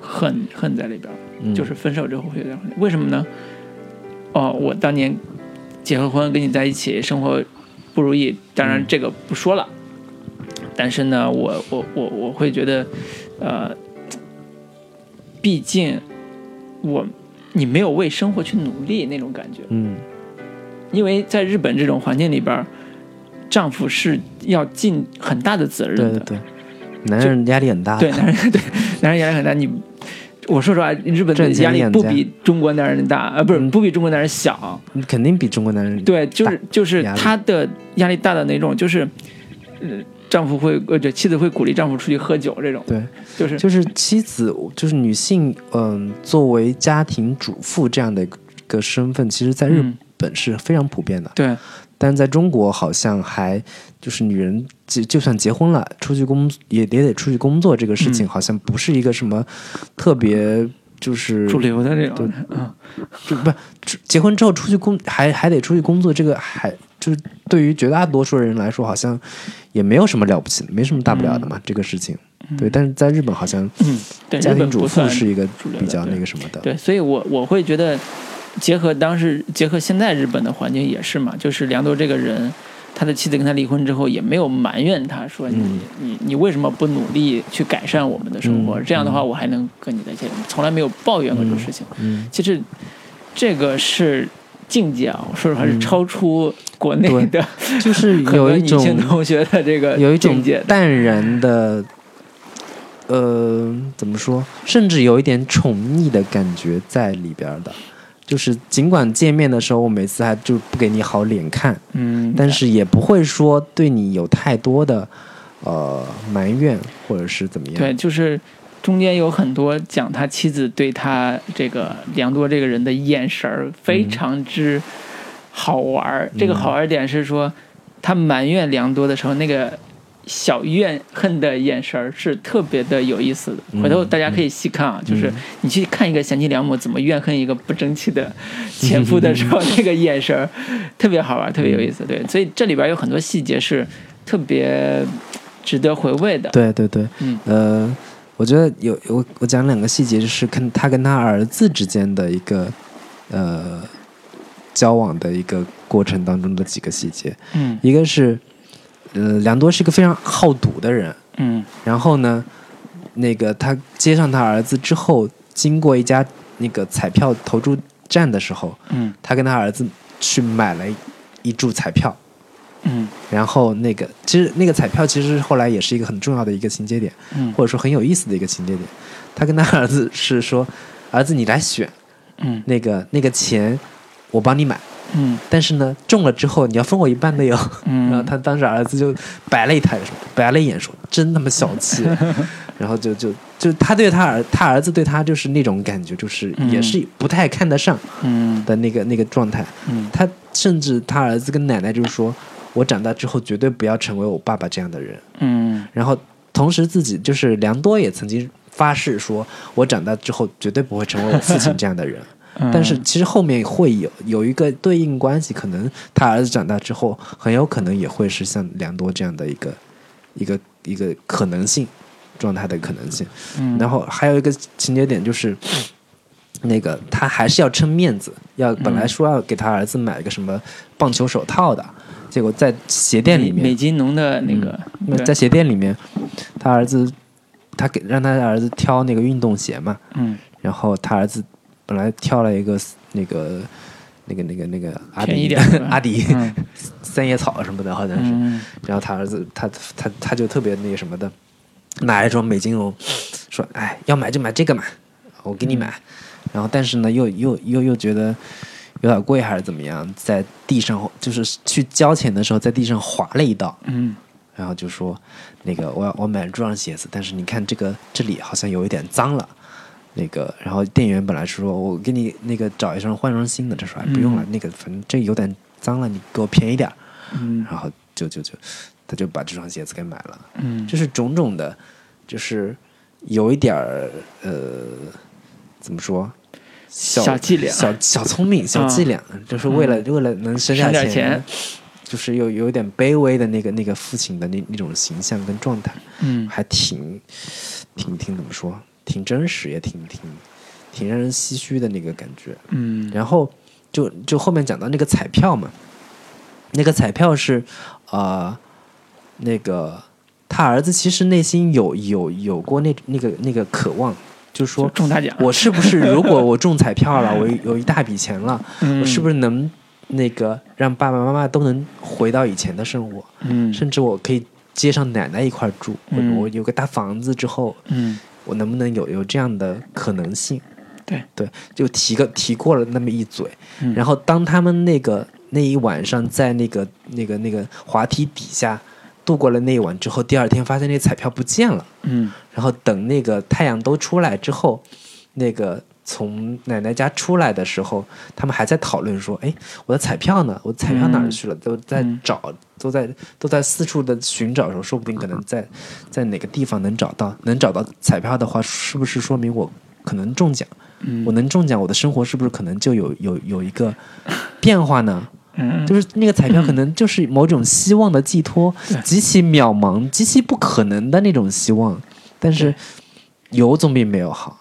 S2: 恨恨在里边儿，
S1: 嗯
S2: 就是分手之后会有点恨，为什么呢？哦，我当年结了婚跟你在一起生活不如意，当
S1: 嗯
S2: 然这个不说了。但是呢，我我我我会觉得，呃，毕竟我你没有为生活去努力那种感觉，
S1: 嗯
S2: 因为在日本这种环境里边儿，丈夫是要尽很大的责任
S1: 对
S2: 的。
S1: 对嗯对，男人压力很大的，
S2: 对，男人 对男人压力很大。你我说实话，日本的
S1: 挣钱
S2: 压力
S1: 养
S2: 不
S1: 家
S2: 比中国男人大，呃，不是
S1: 嗯
S2: 不比中国男人小。
S1: 你肯定比中国男人
S2: 对，就是就是
S1: 压力
S2: 他的压力大的那种，就是呃，丈夫会呃，就妻子会鼓励丈夫出去喝酒这种，
S1: 对，
S2: 就是
S1: 就是妻子，就是女性，嗯、作为家庭主妇这样的一个身份，其实在日
S2: 嗯
S1: 本是非常普遍的，
S2: 对
S1: 但在中国好像还就是女人就就算结婚了，出去工也也得出去工作，这个事情
S2: 嗯
S1: 好像不是一个什么特别就是
S2: 主流的这种，嗯，
S1: 就不出结婚之后出去工还还得出去工作，这个还就是对于绝大多数人来说，好像也没有什么了不起的，没什么大不了的嘛，这个事情。对，但是在日本好像
S2: 嗯对，
S1: 家
S2: 日
S1: 庭
S2: 本
S1: 主
S2: 不
S1: 妇
S2: 算
S1: 是一个
S2: 主流
S1: 比
S2: 的
S1: 较
S2: 对
S1: 那个什么的。
S2: 对，所以我我会觉得，结合当时结合现在日本的环境也是嘛，就是梁多这个人，他的妻子跟他离婚之后也没有埋怨他说你、
S1: 嗯
S2: 你你为什么不努力去改善我们的生活？
S1: 嗯
S2: 这样的话我还能跟你在一起，从来没有抱怨过这个事情。
S1: 嗯，
S2: 其实这个是。境界啊，我说实话是
S1: 嗯
S2: 超出国内
S1: 对
S2: 的
S1: 就是
S2: 很多
S1: 有一
S2: 女
S1: 种
S2: 性同学的这个
S1: 有一
S2: 境
S1: 种
S2: 界的
S1: 淡然的，呃，怎么说？甚至有一点宠溺的感觉在里边儿的。就是尽管见面的时候，我每次还就不给你好脸看，
S2: 嗯，
S1: 但是也不会说对你有太多的呃埋怨或者是怎么样。
S2: 对，就是中间有很多讲他妻子对他这个梁多这个人的眼神儿
S1: 嗯
S2: 非常之好玩儿。这个好玩儿点是说，他埋怨梁多的时候，那个小怨恨的眼神儿是特别的有意思的。回头
S1: 嗯
S2: 大家可以细看啊，就是你去看一个贤妻良母怎么怨恨一个不争 气的前夫的时候，那个眼神儿特别好玩儿，特别有意
S1: 嗯
S2: 思。对，所以这里边有很多细节是特别。值得回味的，
S1: 对对对，
S2: 嗯
S1: 呃，我觉得有我我讲两个细节，就是跟他跟他儿子之间的一个呃交往的一个过程当中的几个细节，
S2: 嗯
S1: 一个是呃梁多是一个非常好赌的人，
S2: 嗯，
S1: 然后呢，那个他接上他儿子之后，经过一家那个彩票投注站的时候，
S2: 嗯
S1: 他跟他儿子去买了一注彩票。
S2: 嗯
S1: 然后那个，其实那个彩票其实后来也是一个很重要的一个情节点，
S2: 嗯
S1: 或者说很有意思的一个情节点。他跟他儿子是说：“ 儿子，你来选
S2: 嗯
S1: 那个那个钱，我帮你买。
S2: 嗯
S1: 但是呢，中了之后你要分我一半的哟。”
S2: 嗯，
S1: 然后他当时儿子就白了一台，白了一眼说：“真他妈小气。” 然后就就就他对他儿他儿子对他就是那种感觉，就是也
S2: 嗯
S1: 是不太看得上
S2: 嗯
S1: 的那个那个状态。
S2: 嗯
S1: 他甚至他儿子跟奶奶就是说：“我长大之后绝对不要成为我爸爸这样的人。”
S2: 嗯
S1: 然后同时自己就是良多也曾经发誓说，我长大之后绝对不会成为我父亲这样的人。
S2: 嗯，
S1: 但是其实后面会有有一个对应关系，可能他儿子长大之后，很有可能也会是像良多这样的一个一个一个可能性状态的可能性。
S2: 嗯
S1: 然后还有一个情节点就是，那个他还是要撑面子，要本来说要给他儿子买个什么棒球手套的，结果在鞋店里
S2: 美
S1: 面
S2: 美津浓的那个
S1: 那
S2: 对
S1: 在鞋店里面，他儿子他给让他儿子挑那个运动鞋嘛，
S2: 嗯
S1: 然后他儿子本来挑了一个那个那个那个那个阿
S2: 便宜
S1: 迪
S2: 点是 吧
S1: 阿迪、
S2: 嗯
S1: 三叶草什么的，好像是。
S2: 嗯
S1: 然后他儿子他他他就特别那个什么的，拿了一双美津浓，说哎要买就买这个嘛，我
S2: 嗯
S1: 给你买。然后但是呢又又又又觉得有点贵还是怎么样，在地上就是去交钱的时候在地上划了一道。
S2: 嗯
S1: 然后就说那个我要我买了这双鞋子，但是你看这个这里好像有一点脏了。那个，然后店员本来说我给你那个找一双换双新的，他说哎不用了，那个反正这有点脏了，你给我便宜点儿。
S2: 嗯
S1: 然后就就就他就把这双鞋子给买了，
S2: 嗯
S1: 就是种种的，就是有一点儿呃，怎么说？
S2: 小伎俩
S1: 小小聪明、小伎俩，就是为了、为了能省
S2: 省嗯点
S1: 钱，
S2: 钱
S1: 就是有有一点卑微的那个那个父亲的那那种形象跟状态，
S2: 嗯
S1: 还挺挺挺怎么说，挺真实，也挺挺挺让人唏嘘的那个感觉。
S2: 嗯
S1: 然后就就后面讲到那个彩票嘛，那个彩票是啊、呃那个他儿子其实内心有有有过那那个那个渴望，就是
S2: 就
S1: 说
S2: 中大奖，
S1: 我是不是如果我中彩票了，我有一大笔钱了，我
S2: 嗯
S1: 是不是能那个让爸爸妈妈都能回到以前的生活，
S2: 嗯
S1: 甚至我可以接上奶奶一块儿住，或者
S2: 嗯
S1: 我有个大房子之后，
S2: 嗯
S1: 我能不能有有这样的可能性？
S2: 对
S1: 对，就提个提过了那么一嘴，
S2: 嗯
S1: 然后当他们那个那一晚上在那个那个那个滑梯底下度过了那一晚之后，第二天发现那彩票不见了，
S2: 嗯
S1: 然后等那个太阳都出来之后，那个从奶奶家出来的时候，他们还在讨论说：“哎，我的彩票呢？我的彩票哪儿去了？”都在
S2: 嗯
S1: 找，都在都在四处的寻找的时候，说不定可能在在哪个地方能找到，能找到彩票的话，是不是说明我可能中奖？
S2: 嗯
S1: 我能中奖，我的生活是不是可能就有有有一个变化呢？
S2: 嗯
S1: 就是那个彩票可能就是某种希望的寄托，
S2: 嗯对
S1: 极其渺茫、极其不可能的那种希望，但是有总比没有好。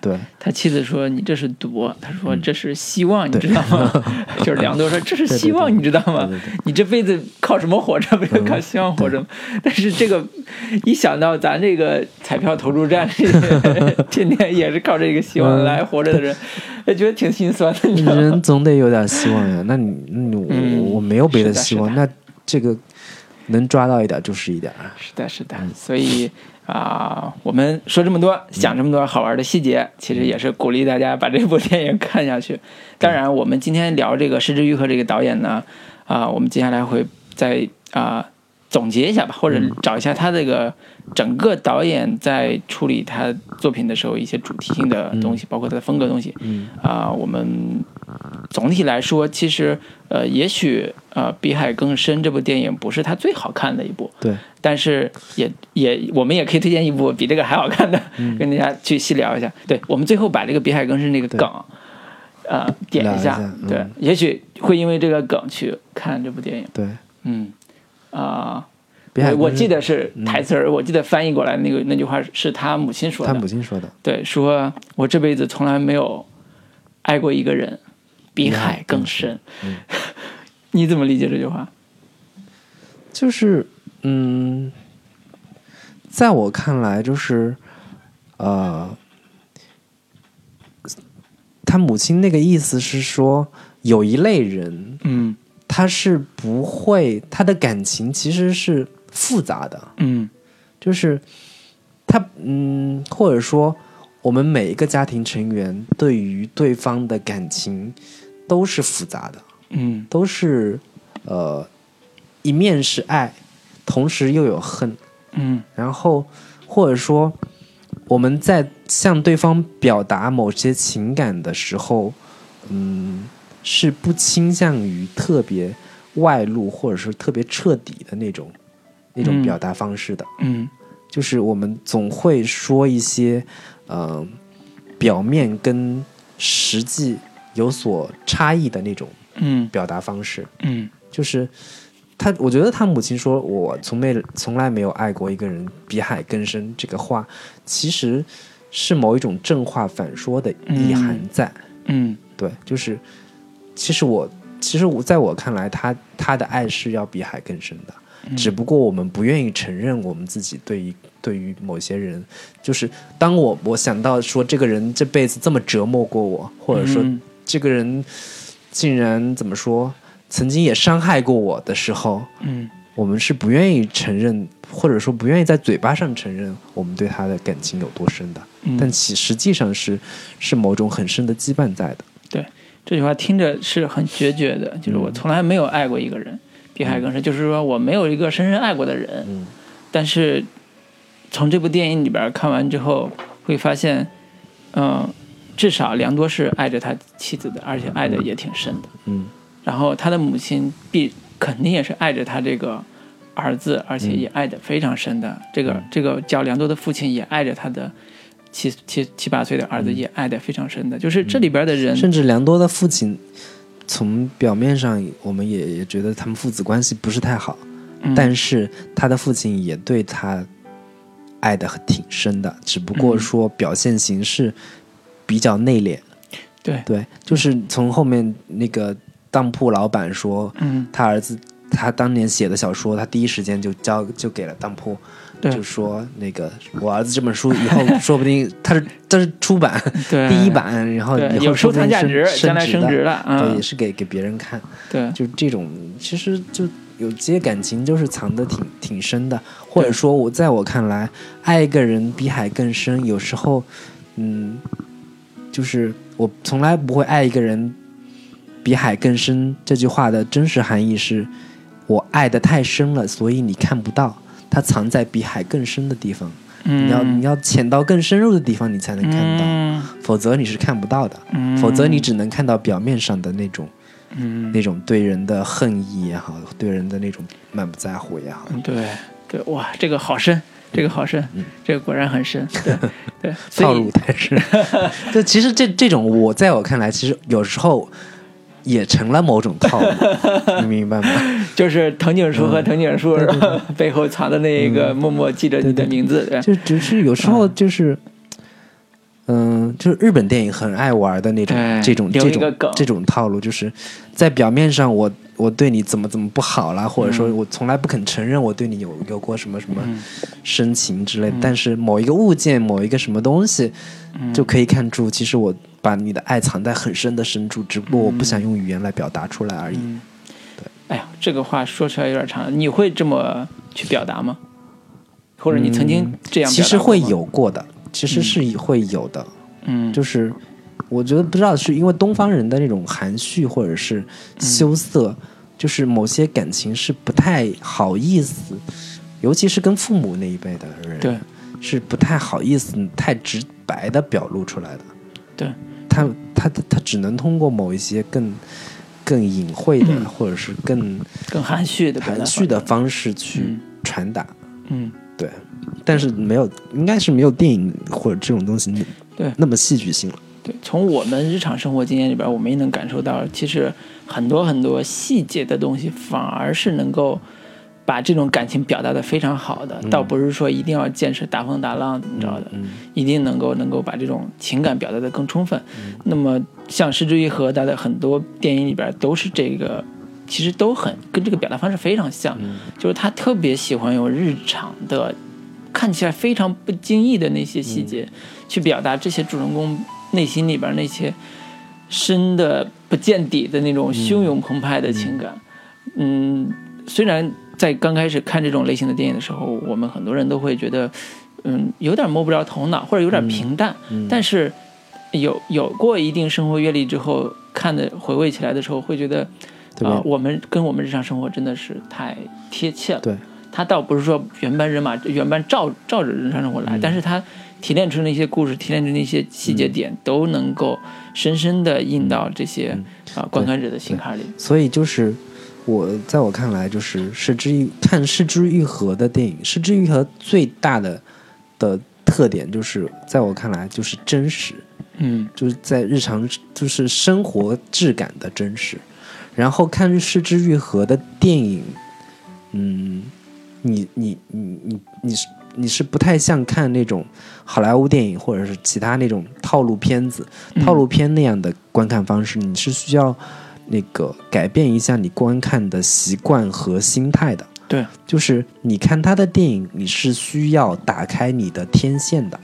S1: 对，
S2: 他妻子说：“你这是赌。”他说：“这是希望，你知道吗？”就是梁多说：“这是希望，
S1: 对对对
S2: 你知道吗
S1: 对对？
S2: 你这辈子靠什么活着？ 不就靠希望活着吗？” 但是这个一想到咱这个彩票投注站， 天天也是靠这个希望来活着的人，也觉得挺心酸的，你知道吗？
S1: 人总得有点希望呀。那你你我、
S2: 嗯
S1: 我没有别的希望，
S2: 是
S1: 那这个能抓到一点就是一点儿。
S2: 是的，是的，所以啊、我们说这么多，想这么多好玩的细节，其实也是鼓励大家把这部电影看下去。当然，我们今天聊这个石之愈和这个导演呢，啊、我们接下来会再啊、总结一下吧，或者找一下他这个整个导演在处理他作品的时候一些主题性的东西，包括他的风格东西。
S1: 嗯
S2: 啊、我们总体来说，其实呃，也许呃，《比海更深》这部电影不是他最好看的一部，
S1: 对，
S2: 但是也也我们也可以推荐一部比这个还好看的，跟大家去细聊一下。对我们最后把这个《比海更深》那个
S1: 嗯对
S2: 梗，呃，点
S1: 聊一
S2: 一下，
S1: 下嗯
S2: 对，也许会因为这个梗去看这部电影。
S1: 对，
S2: 嗯，啊、
S1: 别海嗯
S2: 我我
S1: 公
S2: 记
S1: 是
S2: 得是台词儿，我记得翻译过来那个那句话是他母亲说的，
S1: 他母亲说的，
S2: 对，说我这辈子从来没有爱过一个人，比海更深。
S1: 嗯
S2: 你怎么理解这句话？
S1: 就是嗯，在我看来，就是呃，他母亲那个意思是说，有一类人，
S2: 嗯
S1: 他是不会，他的感情其实是复杂的，
S2: 嗯
S1: 就是他嗯，或者说我们每一个家庭成员对于对方的感情都是复杂的，
S2: 嗯
S1: 都是呃，一面是爱，同时又有恨，
S2: 嗯
S1: 然后或者说我们在向对方表达某些情感的时候，嗯，是不倾向于特别外露或者是特别彻底的那种那种
S2: 嗯
S1: 表达方式的，
S2: 嗯
S1: 就是我们总会说一些呃表面跟实际有所差异的那种
S2: 嗯
S1: 表达方式。
S2: 嗯
S1: 就是他，我觉得他母亲说“我从没从来没有爱过一个人，比海更深”这个话，其实是某一种正话反说的意涵在。
S2: 嗯
S1: 对，就是其实我其实我在我看来，他他的爱是要比海更深的，
S2: 嗯
S1: 只不过我们不愿意承认我们自己对于对于某些人，就是当我我想到说这个人这辈子这么折磨过我，或者说
S2: 嗯
S1: 这个人竟然怎么说，曾经也伤害过我的时候，
S2: 嗯
S1: 我们是不愿意承认，或者说不愿意在嘴巴上承认我们对他的感情有多深的，
S2: 嗯
S1: 但其实际上是是某种很深的羁绊在的。
S2: 对这句话听着是很决绝的，就是
S1: 嗯
S2: 我从来没有爱过一个人，比海更深，就是说我没有一个深深爱过的人。
S1: 嗯
S2: 但是从这部电影里边看完之后，会发现，嗯、至少梁多是爱着他妻子的，而且爱的也挺深的。
S1: 嗯
S2: 然后他的母亲必肯定也是爱着他这个儿子，而且也爱得非常深的。
S1: 嗯
S2: 这个这个叫梁多的父亲也爱着他的七七七八岁的儿子，也爱得非常深的。就是这里边的人，
S1: 嗯甚至良多的父亲，从表面上我们也也觉得他们父子关系不是太好，
S2: 嗯
S1: 但是他的父亲也对他
S2: 嗯
S1: 爱的挺深的，只不过说表现形式比较内敛，
S2: 对，
S1: 对，就是从后面那个当铺老板说，
S2: 嗯，
S1: 他儿子他当年写的小说，他第一时间就交就给了当铺，
S2: 对
S1: 就说那个我儿子这本书以 后说不定他是他是出版
S2: 对，
S1: 第一版，然后
S2: 嗯对
S1: 以后
S2: 有
S1: 说
S2: 收
S1: 不定
S2: 藏价
S1: 升
S2: 值，将来
S1: 升
S2: 升值
S1: 的，
S2: 了，
S1: 对，也
S2: 嗯，
S1: 是给给别人看，
S2: 对，
S1: 就这种其实就。有这些感情就是藏得挺挺深的，或者说我在我看来，爱一个人比海更深。有时候，嗯，就是我从来不会爱一个人比海更深这句话的真实含义是，我爱的太深了，所以你看不到，它藏在比海更深的地方。
S2: 嗯，
S1: 你要你要潜到更深入的地方，你才能看到，
S2: 嗯
S1: 否则你是看不到的，
S2: 嗯，
S1: 否则你只能看到表面上的那种
S2: 嗯，
S1: 那种对人的恨意也好，对人的那种满不在乎也好。
S2: 嗯对对，哇，这个好深，这个好深，这个果然很深，对 对，
S1: 嗯套
S2: 所
S1: 路
S2: 以
S1: 太 深。就其实这这种，我在我看来，其实有时候也成了某种套 路，你明白吗？
S2: 就是藤井树
S1: 嗯
S2: 和藤井树是吧？ 背后藏的那一个默默记着你的名字，对
S1: 就只是有时候就是，嗯、就是日本电影很爱玩的那种
S2: 对
S1: 这种
S2: 哎留
S1: 这
S2: 一个
S1: 种
S2: 梗
S1: 这种套路，就是在表面上我我对你怎么怎么不好啦，或者
S2: 嗯
S1: 说我从来不肯承认我对你有有过什么什么深情之
S2: 嗯
S1: 类的，但是某一个物件，某一个什么东西，就可以看出，其实我把你的爱藏在很深的深处，只不过我不
S2: 嗯
S1: 想用语言来表达出来而已。
S2: 哎呀，这个话说出来有点长，你会这么去表达吗？或者你曾经这
S1: 嗯
S2: 样
S1: 其
S2: 表达
S1: 实
S2: 过
S1: 会
S2: 吗，
S1: 有过的，其实是会有的，
S2: 嗯，
S1: 就是我觉得不知道是因为东方人的那种含蓄或者是
S2: 嗯
S1: 羞涩，就是某些感情是不太好意思，尤其是跟父母那一辈的人，
S2: 对，
S1: 是不太好意思太直白的表露出来的。
S2: 对，
S1: 他他他他只能通过某一些更更隐晦的，
S2: 嗯
S1: 或者是更
S2: 更含蓄的表达
S1: 含蓄的
S2: 方式，
S1: 方式去
S2: 嗯
S1: 传达。
S2: 嗯，
S1: 对，但是没有，应该是没有电影或者这种东西那
S2: 对
S1: 那么戏剧性了。
S2: 对，从我们日常生活经验里边，我们也能感受到，其实很多很多细节的东西，反而是能够把这种感情表达的非常好的，倒不是说一定要建设大风大浪怎么着的，一定能够能够把这种情感表达的更充分。那么像《失之愈合》它的很多电影里边都是这个。其实都很跟这个表达方式非常像，就是他特别喜欢用日常的看起来非常不经意的那些细节，
S1: 嗯
S2: 去表达这些主人公内心里边那些深的不见底的那种汹涌澎湃的情感。嗯虽然在刚开始看这种类型的电影的时候，我们很多人都会觉得，嗯，有点摸不着头脑，或者有点平淡，
S1: 嗯
S2: 但是有有过一定生活阅历之后，看的回味起来的时候，会觉得。
S1: 对吧
S2: 啊、我们跟我们日常生活真的是太贴切了。
S1: 对，
S2: 他倒不是说原班人马、原班照照着日常生活
S1: 嗯
S2: 来，但是他提炼出那些故事、提炼出那些细节点，都能够深深的印到这些
S1: 嗯
S2: 啊、观看者的心坎里。
S1: 所以就是我在我看来，就是《失之愈》看《失之愈合》的电影，《失之愈合》最大的的特点就是，在我看来就是真实，
S2: 嗯
S1: 就是在日常就是生活质感的真实。然后看《失之愈合》的电影，嗯，你你你你你是你是不太像看那种好莱坞电影或者是其他那种套路片子、嗯
S2: 嗯
S1: 套路片那样的观看方式，你是需要那个改变一下你观看的习惯和心态的。
S2: 对，
S1: 就是你看他的电影，你是需要打开你的天线的，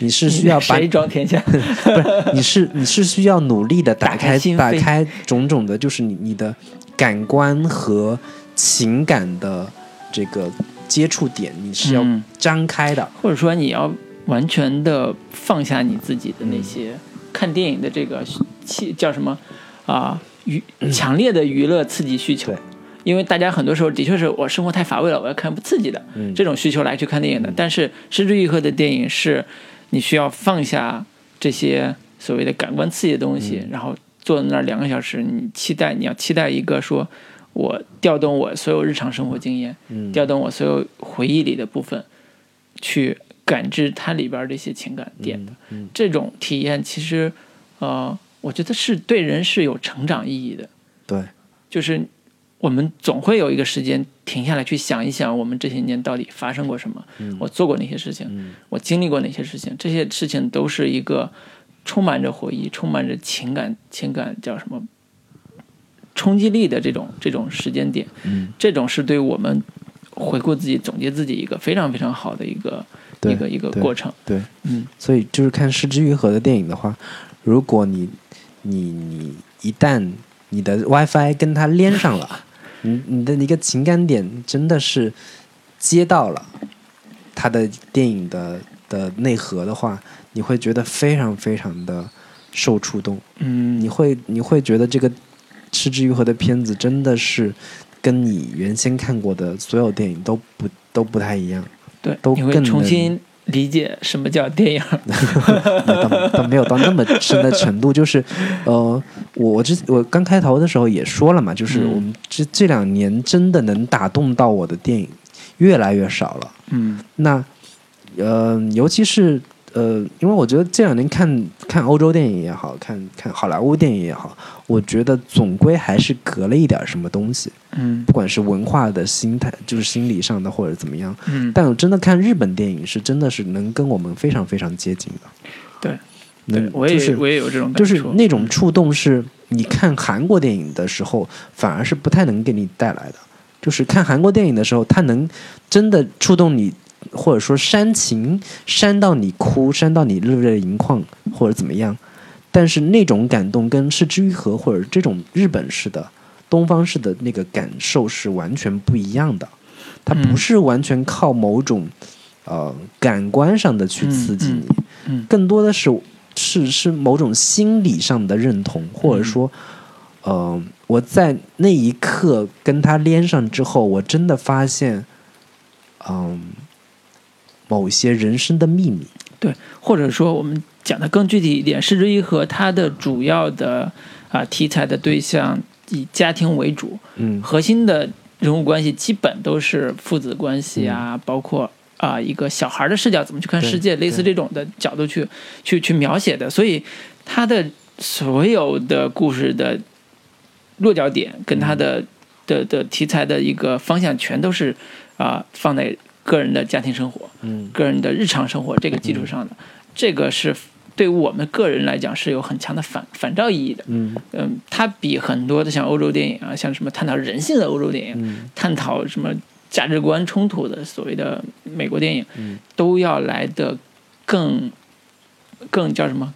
S1: 你是需要把
S2: 谁装 天下？
S1: 你是你是需要努力的打
S2: 打
S1: 开
S2: 开心扉
S1: 打开种种的，就是你你的感官和情感的这个接触点，你是要
S2: 嗯
S1: 张开的。
S2: 或者说你要完全的放下你自己的那些、
S1: 嗯
S2: 看电影的这个气叫什么啊娱、强烈的娱乐刺激需求
S1: 嗯对。
S2: 因为大家很多时候的确是我生活太乏味了，我要看不刺激的、
S1: 嗯
S2: 这种需求来去看电影的。但是《失之愈合》的电影是，你需要放下这些所谓的感官刺激的东西，然后坐在那儿两个小时，你期待你要期待一个说，我调动我所有日常生活经验，
S1: 嗯
S2: 调动我所有回忆里的部分，去感知它里边儿这些情感
S1: 嗯
S2: 点的。这种体验其实，呃，我觉得是对人是有成长意义的。
S1: 对，
S2: 就是我们总会有一个时间停下来去想一想，我们这些年到底发
S1: 嗯
S2: 生过什么，我做过哪些事情，我经历过哪些事情，这些事情都是一个充满着回忆、充满着情感、情感叫什么冲击力的这种这种时间点，
S1: 嗯，
S2: 这种是对我们回顾自己、总结自己一个非常非常好的一个
S1: 对
S2: 一个一个
S1: 对
S2: 过程。
S1: 对，
S2: 嗯，
S1: 所以就是看《失之愈合》的电影的话，如果你你你一旦你的 WiFi 跟它连上了，你你的一个情感点真的是接到了它的电影的的内核的话，你会觉得非常非常的受触动，
S2: 嗯，
S1: 你会你会觉得这个《失之愈合》的片子真的是跟你原先看过的所有电影都不都不太一样。
S2: 对，
S1: 都
S2: 你会
S1: 更
S2: 重
S1: 能
S2: 新理解什么叫电影。
S1: 没到到没有到那么深的程度，就是，呃，我我之我刚开头的时候也说了嘛，就是
S2: 嗯
S1: 我们这这两年真的能打动到我的电影越来越少了。
S2: 嗯
S1: 那，呃，尤其是呃，因为我觉得这两年看看欧洲电影也好看看好莱坞电影也好，我觉得总归还是隔了一点什么东西，
S2: 嗯
S1: 不管是文化的心态，就是心理上的或者怎么样。
S2: 嗯，
S1: 但我真的看日本电影是真的是能跟我们非常非常接近的。
S2: 对，对
S1: 能，
S2: 我也、
S1: 就是
S2: 我也有这种感
S1: 就是
S2: 触嗯
S1: 那种触动是你看韩国电影的时候反而是不太能给你带来的，就是看韩国电影的时候，它能真的触动你，或者说煽情，煽到你哭，煽到你热泪盈眶或者怎么样。但是那种感动跟《是之愈合》或者这种日本式的、东方式的那个感受是完全不一样的，它不
S2: 嗯
S1: 是完全靠某种呃感官上的去
S2: 嗯
S1: 刺激
S2: 嗯
S1: 你，
S2: 嗯
S1: 更多的是是是某种心理上的认同，或者说，
S2: 嗯
S1: 呃，我在那一刻跟他连上之后，我真的发现，嗯、某些人生的秘密。
S2: 对，或者说我们讲的更具体一点，《失之愈合》它的主要的啊、题材的对象以家庭为主，
S1: 嗯
S2: 核心的人物关系基本都是父子关系啊，包括啊、一个小孩的视角怎么去看
S1: 嗯对
S2: 世界，类似这种的角度去去去描写的，所以他的所有的故事的落脚点跟他的、
S1: 嗯
S2: 的的题材的一个方向，全都是啊、放在个人的家庭生活、
S1: 嗯
S2: 个人的日常生活这个基础上的，这个是对我们个人来讲是有很强的反反照意义的。
S1: 嗯
S2: 嗯，它比很多的像欧洲电影啊，像什么探讨人性的欧洲电影，
S1: 嗯
S2: 探讨什么价值观冲突的所谓的美国电影，
S1: 嗯
S2: 都要来的更更叫什么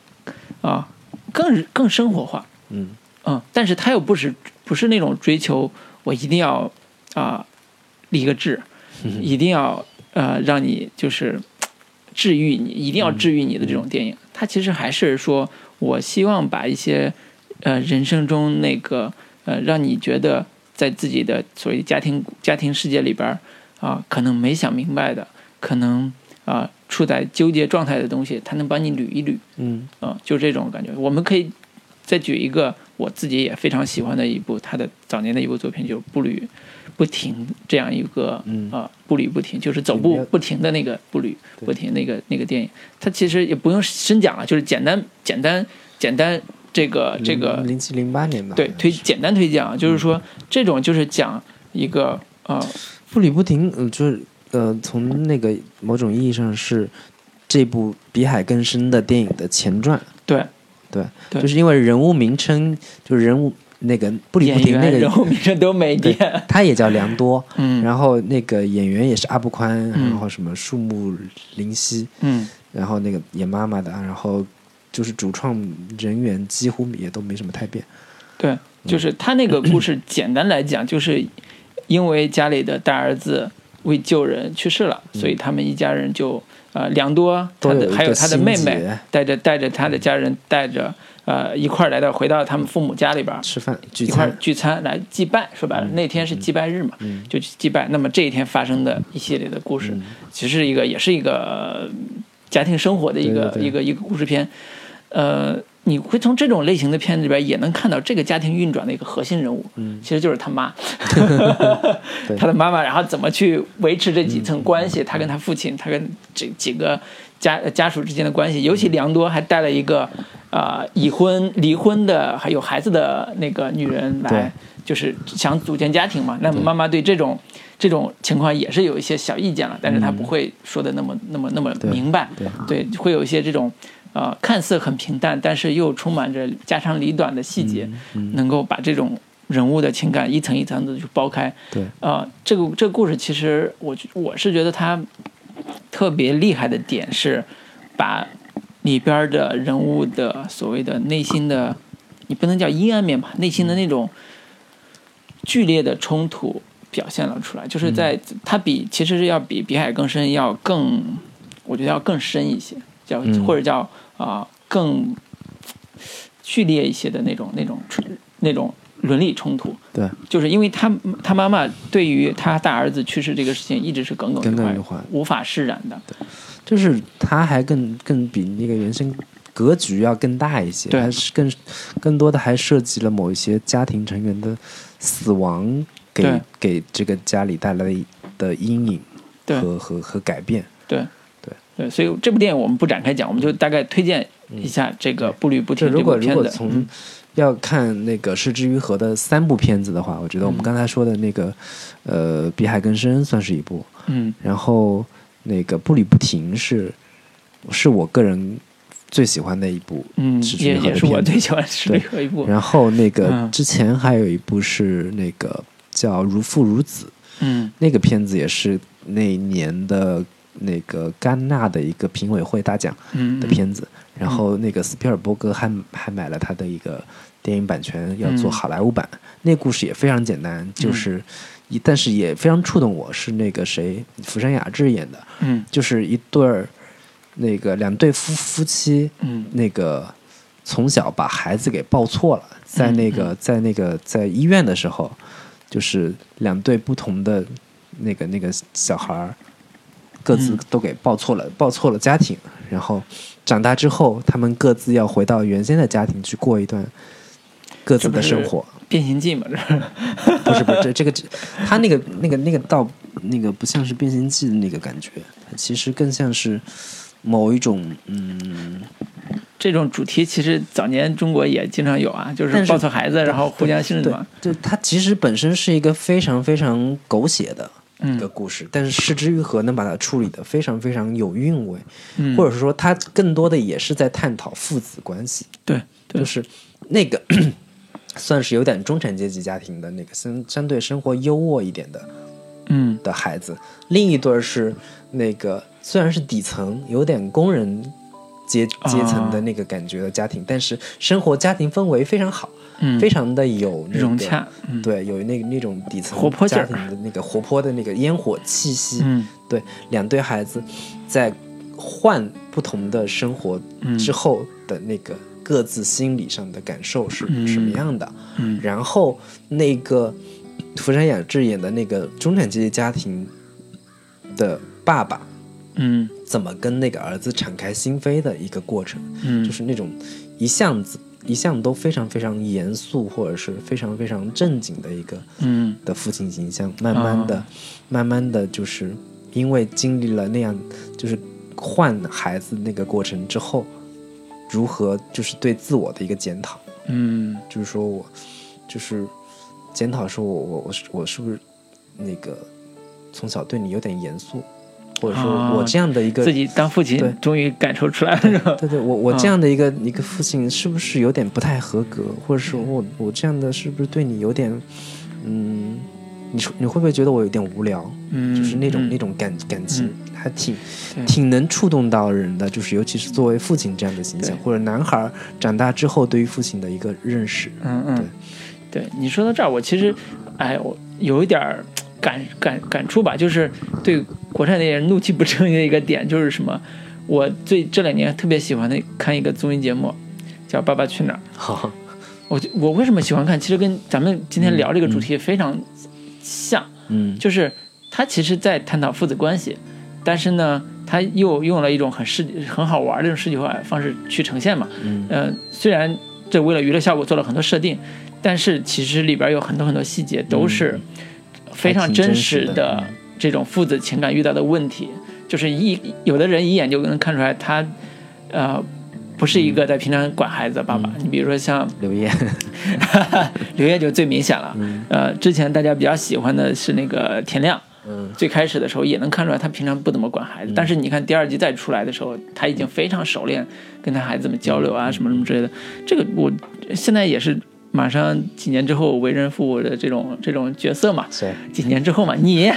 S2: 啊，更更生活化。
S1: 嗯
S2: 嗯，但是他又不是不是那种追求我一定要啊、立个志，一定要呃让你就是治愈你，一定要治愈你的这种电影，它其实还是说我希望把一些呃人生中那个呃让你觉得在自己的所谓家庭家庭世界里边儿啊、可能没想明白的，可能啊、处在纠结状态的东西，它能帮你捋一捋。
S1: 嗯
S2: 啊、就这种感觉。我们可以再举一个我自己也非常喜欢的一部他的早年的一部作品，就是《步履不停》这样一个
S1: 嗯
S2: 啊，步履不停，就是走
S1: 里
S2: 步
S1: 面
S2: 不停的那个步履
S1: 对
S2: 不停那个那个电影，它其实也不用深讲了，就是简单简单简单这个这个
S1: 零七零八年吧，
S2: 对
S1: 好像
S2: 推
S1: 是
S2: 简单推荐啊，就是
S1: 嗯
S2: 说这种就是讲一个啊
S1: 步履不停，嗯、就是呃，从那个某种意义上是这部《比海更深》的电影的前传。
S2: 对
S1: 对，
S2: 对
S1: 就是因为人物名称，就是人物那个布里
S2: 演
S1: 布廷那
S2: 员人
S1: 个，
S2: 物名声都没
S1: 对
S2: 变，
S1: 他也叫良多，
S2: 嗯
S1: 然后那个演员也是阿布宽，
S2: 嗯
S1: 然后什么树木林希，
S2: 嗯
S1: 然后那个演妈妈的，然后就是主创人员几乎也都没什么太变。
S2: 对，
S1: 嗯
S2: 就是他那个故事，简单来讲，就是因为家里的大儿子为救人去世了，所以他们一家人就呃良多，
S1: 嗯都
S2: 他
S1: 有一
S2: 的
S1: 个
S2: 还有他的妹
S1: 心
S2: 妹
S1: 结，
S2: 带着带着他的家人，带着呃一块儿来到回到他们父母家里边儿，
S1: 吃饭聚
S2: 一块儿
S1: 餐，嗯
S2: 聚餐来祭拜。说白了，那天是祭拜日嘛，就去祭拜。那么这一天发生的一系列的故
S1: 嗯
S2: 事，其实一个也是一个呃家庭生活的一个
S1: 对对对
S2: 一个一个故事片。呃，你会从这种类型的片子里边也能看到这个家庭运转的一个核心人物，其实就是他妈，他的妈妈，然后怎么去维持这几层关系，他跟他父亲，他跟这几个家家属之间的关系，尤其良多还带了一个呃已婚、离婚的还有孩子的那个女人
S1: 对
S2: 来，就是想组建家庭嘛。那么妈妈对这种这种情况也是有一些小意见了，但是她不会说的那么、那么那么
S1: 嗯对
S2: 明白，
S1: 对
S2: 对，会有一些这种呃，看似很平淡，但是又充满着家长里短的细节，
S1: 嗯
S2: 能够把这种人物的情感一层一层的去剥开。
S1: 对，
S2: 啊、这个这个故事其实我觉我是觉得它特别厉害的点是，把里边儿的人物的所谓的内心的，你不能叫阴暗面吧，内心的那种剧烈的冲突表现了出来，就是在它比其实是要比《比海更深》要更，我觉得要更深一些，叫
S1: 嗯
S2: 或者叫啊、更剧烈一些的那种那种那种伦理冲突。
S1: 对，
S2: 就是因为他他妈妈对于他大儿子去世这个事情一直是耿耿
S1: 耿
S2: 于
S1: 耿
S2: 怀
S1: 于怀，
S2: 无法释然的。
S1: 就是它还更更比那个原先格局要更大一些，
S2: 对
S1: 还是更更多的还涉及了某一些家庭成员的死亡给
S2: 对
S1: 给这个家里带来的的阴影
S2: 对
S1: 和和和改变。
S2: 对
S1: 对
S2: 对，所以这部电影我们不展开讲，我们就大概推荐一下这个《步履不
S1: 这
S2: 停》
S1: 如
S2: 这部
S1: 果如
S2: 片嗯
S1: 果
S2: 子。
S1: 从要看那个《失之愈合》的三部片子的话，我觉得我们刚才说的那个呃《比海更深》算是一部，
S2: 嗯
S1: 然后那个《步履不停》是是我个人最喜欢的一部，
S2: 嗯，
S1: 是
S2: 也
S1: 愈合
S2: 也
S1: 的
S2: 是
S1: 片
S2: 我
S1: 子
S2: 最喜欢吃的
S1: 对
S2: 一个一部。
S1: 然后那个
S2: 嗯
S1: 之前还有一部是那个叫《如父如子》，
S2: 嗯
S1: 那个片子也是那一年的那个戛纳的一个评委会大奖
S2: 嗯
S1: 的片子。然后那个斯皮尔伯格还还买了他的一个电影版权，要做
S2: 嗯
S1: 好莱坞版。那故事也非常简单，就是一、但是也非常触动我，是那个谁福山雅治演的，
S2: 嗯
S1: 就是一对儿那个两对夫夫妻，
S2: 嗯
S1: 那个从小把孩子给抱错了，在那
S2: 嗯
S1: 个在那个在医院的时候，就是两对不同的那个那个小孩儿，各自
S2: 嗯
S1: 都给抱错了，抱错了家庭，然后长大之后，他们各自要回到原先的家庭去过一段各自的生活。
S2: 变形记嘛，这
S1: 不是
S2: 是
S1: 不是，这这个这他那个那个那个倒那个不像是变形记的那个感觉，它其实更像是某一种嗯。
S2: 这种主题其实早年中国也经常有啊，就
S1: 但
S2: 是
S1: 是
S2: 抱错孩子，然后互相信任
S1: 对
S2: 嘛。，
S1: 就它其实本身是一个非常非常狗血的一个
S2: 嗯
S1: 故事，但是《失之愈合》能把它处理的非常非常有韵味，
S2: 嗯，
S1: 或者是说它更多的也是在探讨父子关系，
S2: 对对
S1: 就是那个 算是有点中产阶级家庭的那个相相对生活优渥一点的
S2: 嗯
S1: 的孩子，另一对儿是那个虽然是底层，有点工人阶
S2: 啊
S1: 阶层的那个感觉的家庭，但是生活家庭氛围非常好，
S2: 嗯，
S1: 非常的有那个
S2: 融洽。嗯
S1: 对，有那那种底层
S2: 活泼劲
S1: 家
S2: 儿
S1: 庭的那个活泼的那个烟火气息。
S2: 嗯
S1: 对，两对孩子在换不同的生活
S2: 嗯
S1: 之后的那个各自心理上的感受是
S2: 嗯
S1: 什么样的？
S2: 嗯
S1: 然后那个福山雅治演的那个中产阶级家庭的爸爸
S2: 嗯
S1: 怎么跟那个儿子敞开心扉的一个过程。
S2: 嗯，
S1: 就是那种一向子一向都非常非常严肃或者是非常非常正经的一个
S2: 嗯
S1: 的父亲形象，慢慢
S2: 啊
S1: 的、慢慢的就是因为经历了那样就是换孩子那个过程之后，如何就是对自我的一个检讨，
S2: 嗯
S1: 就是说我就是检讨说我我我是我是不是那个从小对你有点严肃，或者说
S2: 啊
S1: 我这样的一个、
S2: 自己嗯当父
S1: 对
S2: 亲终于感受出来了，是吧？
S1: 对对，我我这样的一个、一个父亲是不是有点不太合格，或者说
S2: 嗯
S1: 我我这样的是不是对你有点，嗯，你说你会不会觉得我有点无聊？
S2: 嗯，
S1: 就是那种、
S2: 嗯
S1: 那种感感情，还挺
S2: 对
S1: 挺能触动到人的，就是尤其是作为父亲这样的形象，
S2: 对
S1: 或者男孩儿长大之后对于父亲的一个认识。
S2: 嗯嗯，对你说到这儿，我其实，哎，我有一点儿感感感触吧，就是对国产电影怒气不争的一个点，就是什么？我最这两年特别喜欢的看一个综艺节目，叫《爸爸去哪儿》。
S1: 好，
S2: 我就我为什么喜欢看？其实跟咱们今天聊这个主题非常像，
S1: 嗯，
S2: 就是他其实在探讨父子关系，但是呢，他又用了一种很视很好玩的这种视觉化方式去呈现嘛。
S1: 嗯
S2: 呃，虽然这为了娱乐效果做了很多设定，但是其实里边有很多很多细节都是非常嗯
S1: 还挺真
S2: 真实
S1: 实的
S2: 的嗯这种父子情感遇到的问题，就是一有的人一眼就能看出来他，呃。不是一个在平常管孩子的爸爸，你比如说 像
S1: 刘烨，
S2: 嗯刘烨就最明显了。呃，之前大家比较喜欢的是那个田亮，
S1: 嗯
S2: 最开始的时候也能看出来他平常不怎么管孩子，但是你看第二季再出来的时候，他已经非常熟练跟他孩子们交流啊，什么什么之类的。这个我现在也是马上几年之后为人父母的这种这种角色嘛，
S1: 对，
S2: 几年之后嘛，你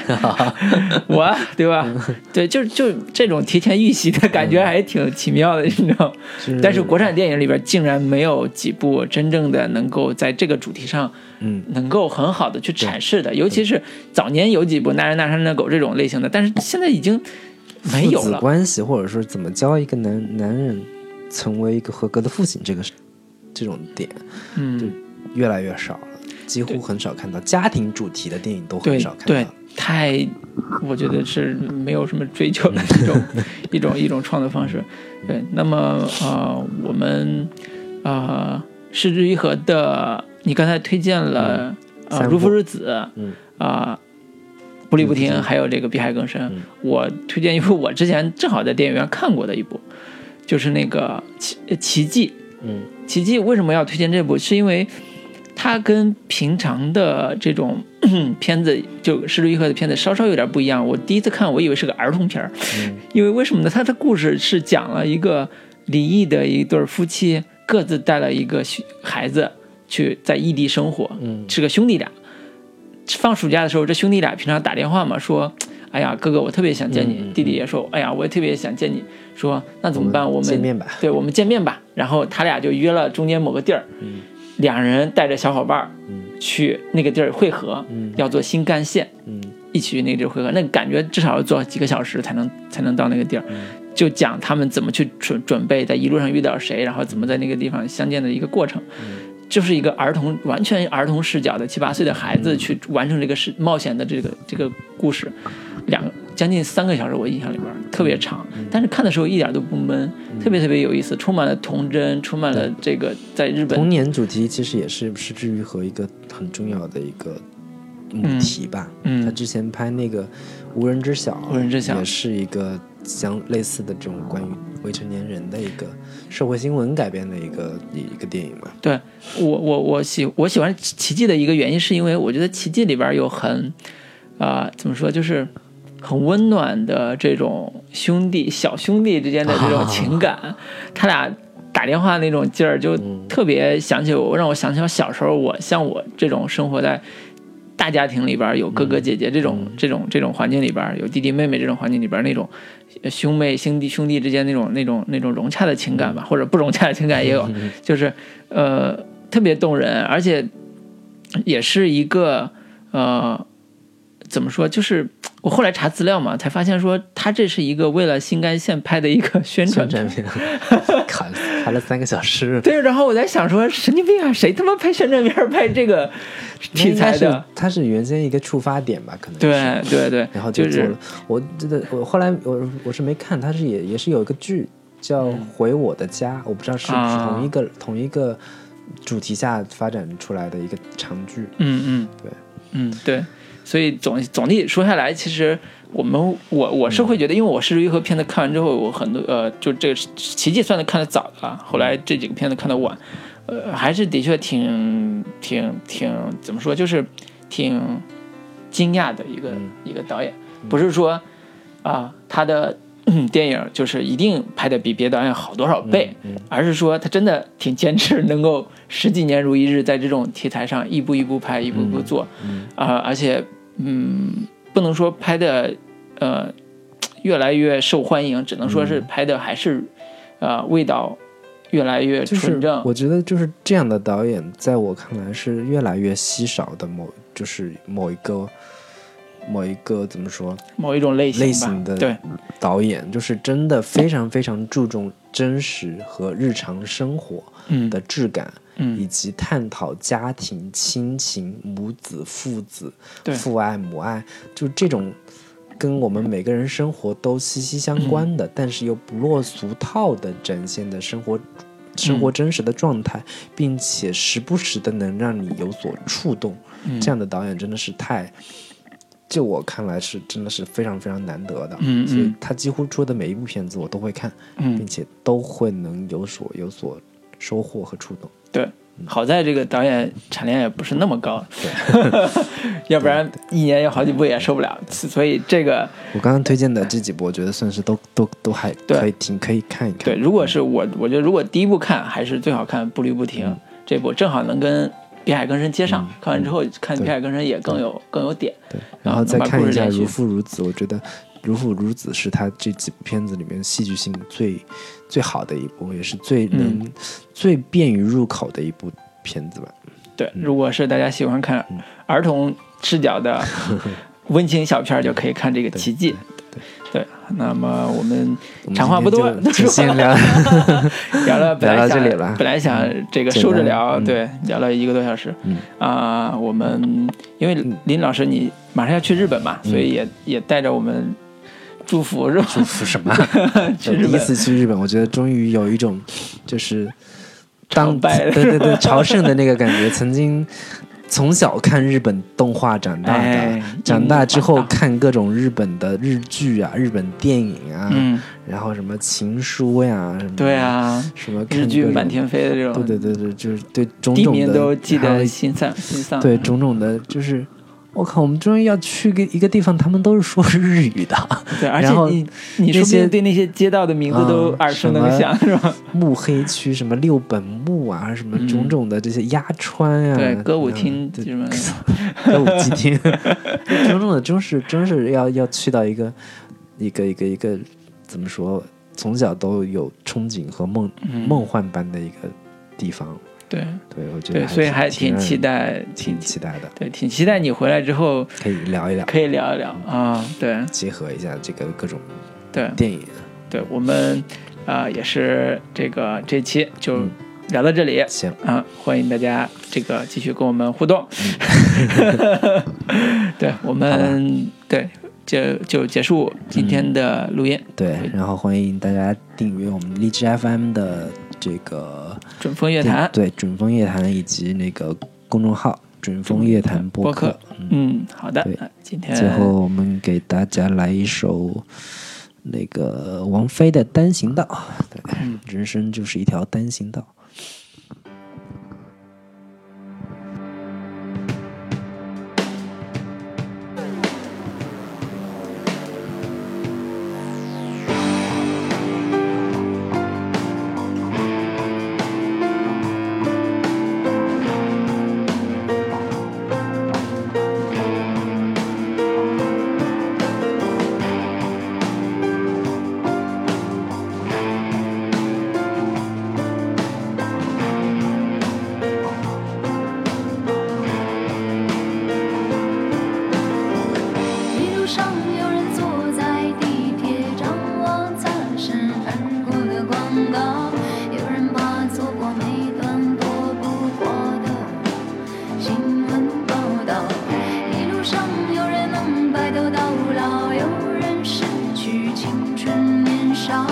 S2: 我对吧？对，就就这种提前预习的感觉还挺奇妙的，你知道吗？但是国产电影里边竟然没有几部真正的能够在这个主题上
S1: 嗯
S2: 能够很好的去阐释的，尤其是早年有几部《那人那啊山那狗》这种类型的，但是现在已经没有
S1: 父子
S2: 了。
S1: 关系，或者说怎么教一个男男人成为一个合格的父亲，这个是这种点
S2: 嗯，
S1: 越来越少了，几乎很少看到家庭主题的电影都很
S2: 对
S1: 少看
S2: 对
S1: 到。，
S2: 太，我觉得是没有什么追求的一 种一种一种创作方式。对，那么呃，我们呃，失之愈合的，你刚才推荐了、呃
S1: 三
S2: 《
S1: 部
S2: 如父如子》，
S1: 嗯
S2: 啊、不离不听，还有这个《碧海更深》
S1: 嗯
S2: 我推荐一部我之前正好在电影院看过的一部，就是那个奇呃奇迹。
S1: 嗯
S2: 奇迹为什么要推荐这部？是因为它跟平常的这种 片子，就《失之愈合》的片子稍稍有点不一样。我第一次看，我以为是个儿童片儿，
S1: 嗯
S2: 因为为什么呢？它的故事是讲了一个离异的一对儿夫妻，各自带了一个小孩子去在异地生活，
S1: 嗯
S2: 是个兄弟俩。放暑假的时候，这兄弟俩平常打电话嘛，说：“哎呀，哥哥，我特别想见你。
S1: 嗯嗯嗯
S2: 弟弟也说：“哎呀，我也特别想见你。”说：“那怎么办？我们
S1: 见面吧。
S2: 对，我们见面吧。”然后他俩就约了中间某个地儿，
S1: 嗯
S2: 两人带着小伙伴儿
S1: 嗯
S2: 去那个地儿汇合，
S1: 嗯
S2: 要坐新干线。
S1: 嗯
S2: 一起去那个地儿汇合，那感觉至少要坐几个小时才能才能到那个地儿。
S1: 嗯
S2: 就讲他们怎么去准准备，在一路上遇到谁，然后怎么在那个地方相见的一个过程，
S1: 嗯
S2: 就是一个儿童完全儿童视角的七八岁的孩子去完成这个事冒险的这个这个故事，两个将近三个小时，我印象里边儿
S1: 嗯
S2: 特别长，但是看的时候一点都不闷，特别特别有意思，充满了童真，充满了这个在日本
S1: 童年主题其实也是失之愈合一个很重要的一个母题吧。
S2: 嗯嗯
S1: 他之前拍那个《无人知晓》，
S2: 无人知晓
S1: 也是一个相类似的这种关于未成年人的一个社会新闻改编的一个一个电影嘛。
S2: 对我我我喜我喜欢奇迹的一个原因，是因为我觉得奇迹里边有很啊、怎么说，就是很温暖的这种兄弟小兄弟之间的这种情感，他俩。打电话那种劲儿，就特别想起我，让我想起我小时候我像我这种生活在大家庭里边儿，有哥哥姐姐这种、这种这种环境里边儿，有弟弟妹妹这种环境里边儿那种呃兄妹兄弟兄弟之间那种那种那种融洽的情感
S1: 嗯
S2: 吧，或者不融洽的情感也有，就是呃特别动人，而且也是一个呃怎么说，就是我后来查资料嘛，才发现说他这是一个为了新干线拍的一个宣传
S1: 宣
S2: 片
S1: 传。 片卡卡了三个小时，
S2: 对，然后我在想说，神经病啊，谁他妈拍宣传片儿拍这个
S1: 那
S2: 题
S1: 应该
S2: 材
S1: 是
S2: 的？
S1: 它是原先一个触发点吧，可能是
S2: 对对对，
S1: 然后就
S2: 就
S1: 做了。
S2: 是
S1: 我记得我后来我我是没看，它是也也是有一个剧叫《回我的家》，我不知道是不是
S2: 嗯啊
S1: 同一个、同一个主题下发展出来的一个长剧。
S2: 嗯嗯，
S1: 对，
S2: 嗯对，所以总总体说下来，其实我们我我是会觉得，因为我《失之愈合》片子看完之后，我很多呃，就这个《奇迹》算是看的早的了，后来这几个片子看的晚，
S1: 嗯
S2: 呃，还是的确挺挺挺怎么说，就是挺惊讶的一个、
S1: 嗯
S2: 一个导演，不是说啊、他的。嗯电影就是一定拍的比别的导演好多少倍，
S1: 嗯
S2: 而是说他真的挺坚持，能够十几年如一日，在这种题材上一步一步拍，一步一步做，
S1: 嗯
S2: 啊、而且嗯，不能说拍的呃越来越受欢迎，只能说
S1: 嗯
S2: 是拍的还是、呃味道越来越
S1: 就是
S2: 纯正，
S1: 我觉得就是这样的导演，在我看来是越来越稀少的某就是某一个某一个怎么说
S2: 某一种类型吧，
S1: 类型的
S2: 对，
S1: 导演，就是真的非常非常注重真实和日常生活
S2: 嗯
S1: 的质感。以
S2: 嗯
S1: 及探讨家庭、亲情、母子、父子、
S2: 对
S1: 父爱、母爱，就这种跟我们每个人生活都息息
S2: 嗯
S1: 相关的，但是又不落俗套的展现的生活。生
S2: 嗯
S1: 活真实的状态，并且时不时的能让你有所触动，
S2: 嗯
S1: 这样的导演真的是太，就我看来是真的是非常非常难得的。
S2: 嗯嗯
S1: 所以他几乎出的每一部片子我都会看，
S2: 嗯
S1: 并且都会能有所有所收获和触动。
S2: 对，
S1: 嗯
S2: 好在这个导演产量也不是那么高， 要不然一年有好几部也受不了。所以这个
S1: 我刚刚推荐的这几部，我觉得算是都都都还
S2: 对
S1: 可以听，可以看一看。
S2: 对，如果是我，我觉得如果第一部看还是最好看《步履不停》
S1: 嗯
S2: 这部，正好能跟《碧海更深》接上。看完之后看
S1: 嗯
S2: 《
S1: 对
S2: 碧海更深》也更有更有点。
S1: 对，然
S2: 然后
S1: 后再
S2: 能把
S1: 看
S2: 故
S1: 一
S2: 事
S1: 下《
S2: 连续
S1: 如父如子》，我觉得《如父如子》是他这几部片子里面戏剧性最最好的一部，也是最
S2: 嗯
S1: 能、最便于入口的一部片子吧。
S2: 对，
S1: 嗯
S2: 如果是大家喜欢看儿童视 角的温情小片儿，就可以看这个《奇迹》。对，那么我们
S1: 我们
S2: 长话不
S1: 今
S2: 多
S1: 天， 就就先聊。
S2: 聊了本
S1: 聊到
S2: 来想
S1: 这里了
S2: 本来想这个
S1: 简
S2: 收着
S1: 单
S2: 聊，
S1: 嗯
S2: 对，聊了一个多小时。
S1: 嗯
S2: 啊、我们因为林老师你马上要去日本嘛，
S1: 嗯
S2: 所以也也带着我们祝福是吧？祝福什么？ 去
S1: 就
S2: 日
S1: 第一
S2: 本
S1: 次去日本，我觉得终于有一种就是当
S2: 朝拜的
S1: 对对对朝圣的那个感觉。曾经从小看日本动画长大的，
S2: 哎
S1: 长大之
S2: 樱
S1: 后
S2: 木花道
S1: 看各种日本的日剧啊、日本电影啊，
S2: 嗯，
S1: 然后什么情书呀，什么
S2: 对，啊，
S1: 什么看
S2: 日剧
S1: 各种
S2: 满，天飞的这
S1: 对
S2: 种，
S1: 对对对，就是对种
S2: 地
S1: 种
S2: 名
S1: 的
S2: 都记
S1: 还
S2: 得
S1: 有
S2: 心丧心丧。
S1: 对种种的，就是。我靠！我们终于要去个一个地方，他们都是说日语的，
S2: 对，而且
S1: 然后
S2: 你你
S1: 那
S2: 说不定
S1: 些
S2: 对那些街道的名字都
S1: 嗯
S2: 耳熟
S1: 什
S2: 能
S1: 么
S2: 详，是吧？
S1: 目黑区什么六本木啊，什么
S2: 嗯
S1: 种种的这些鸭川啊，
S2: 对，歌舞
S1: 嗯
S2: 厅
S1: 对
S2: 什么的，
S1: 歌舞伎 厅，种种的，真是真是要要去到一个一个一个一个怎么说，从小都有憧憬和梦、
S2: 嗯
S1: 梦幻般的一个地方。
S2: 对
S1: 对，我觉得
S2: 对，所以还
S1: 挺
S2: 挺
S1: 让人
S2: 期，待，
S1: 挺
S2: 挺
S1: 期待的，
S2: 对，挺期待你回来之后
S1: 可以聊一聊，
S2: 可以聊一聊啊，对
S1: 结合一下这个各种
S2: 对。
S1: 电影。
S2: 对我们啊、呃也是这个这期就
S1: 嗯
S2: 聊到这里。
S1: 行，
S2: 啊，欢迎大家这个继续跟我们互动。
S1: 嗯
S2: 对我们对就就结束今天的录音。
S1: 对，然后欢迎大家订阅我们荔枝 FM 的这个
S2: 准风乐
S1: 电
S2: 坛，
S1: 对准风夜谈以及那个公众号准风夜谈播
S2: 播客。嗯，好的
S1: 对，
S2: 那今天
S1: 最后，我们给大家来一首那个王菲的《单行道》对，人生就是一条单行道。
S4: 一路上有人坐在地铁，张望擦身而过的广告；有人把错过每段躲不过的新闻报道。一路上有人能白头到老，有人失去青春年少，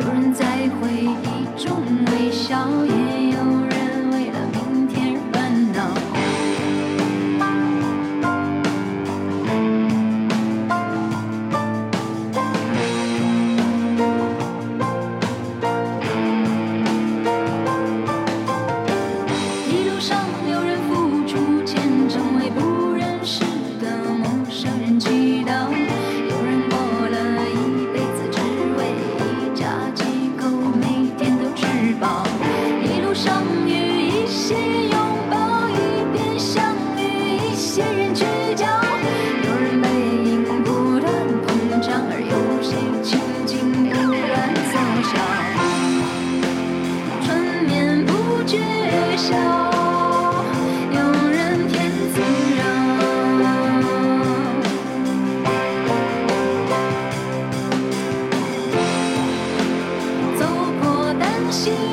S4: 有人在回忆中微笑，也有人为了明天而烦恼。一路上有人付出虔诚，为不认识的陌生人祈祷；有人过了一辈子，只为一家几口每天都吃饱。一路上与一些拥抱，一边相遇，一些人聚焦；有人背影不断膨胀，而有些情景突然缩小。春眠不觉晓，有人天自扰。走过单行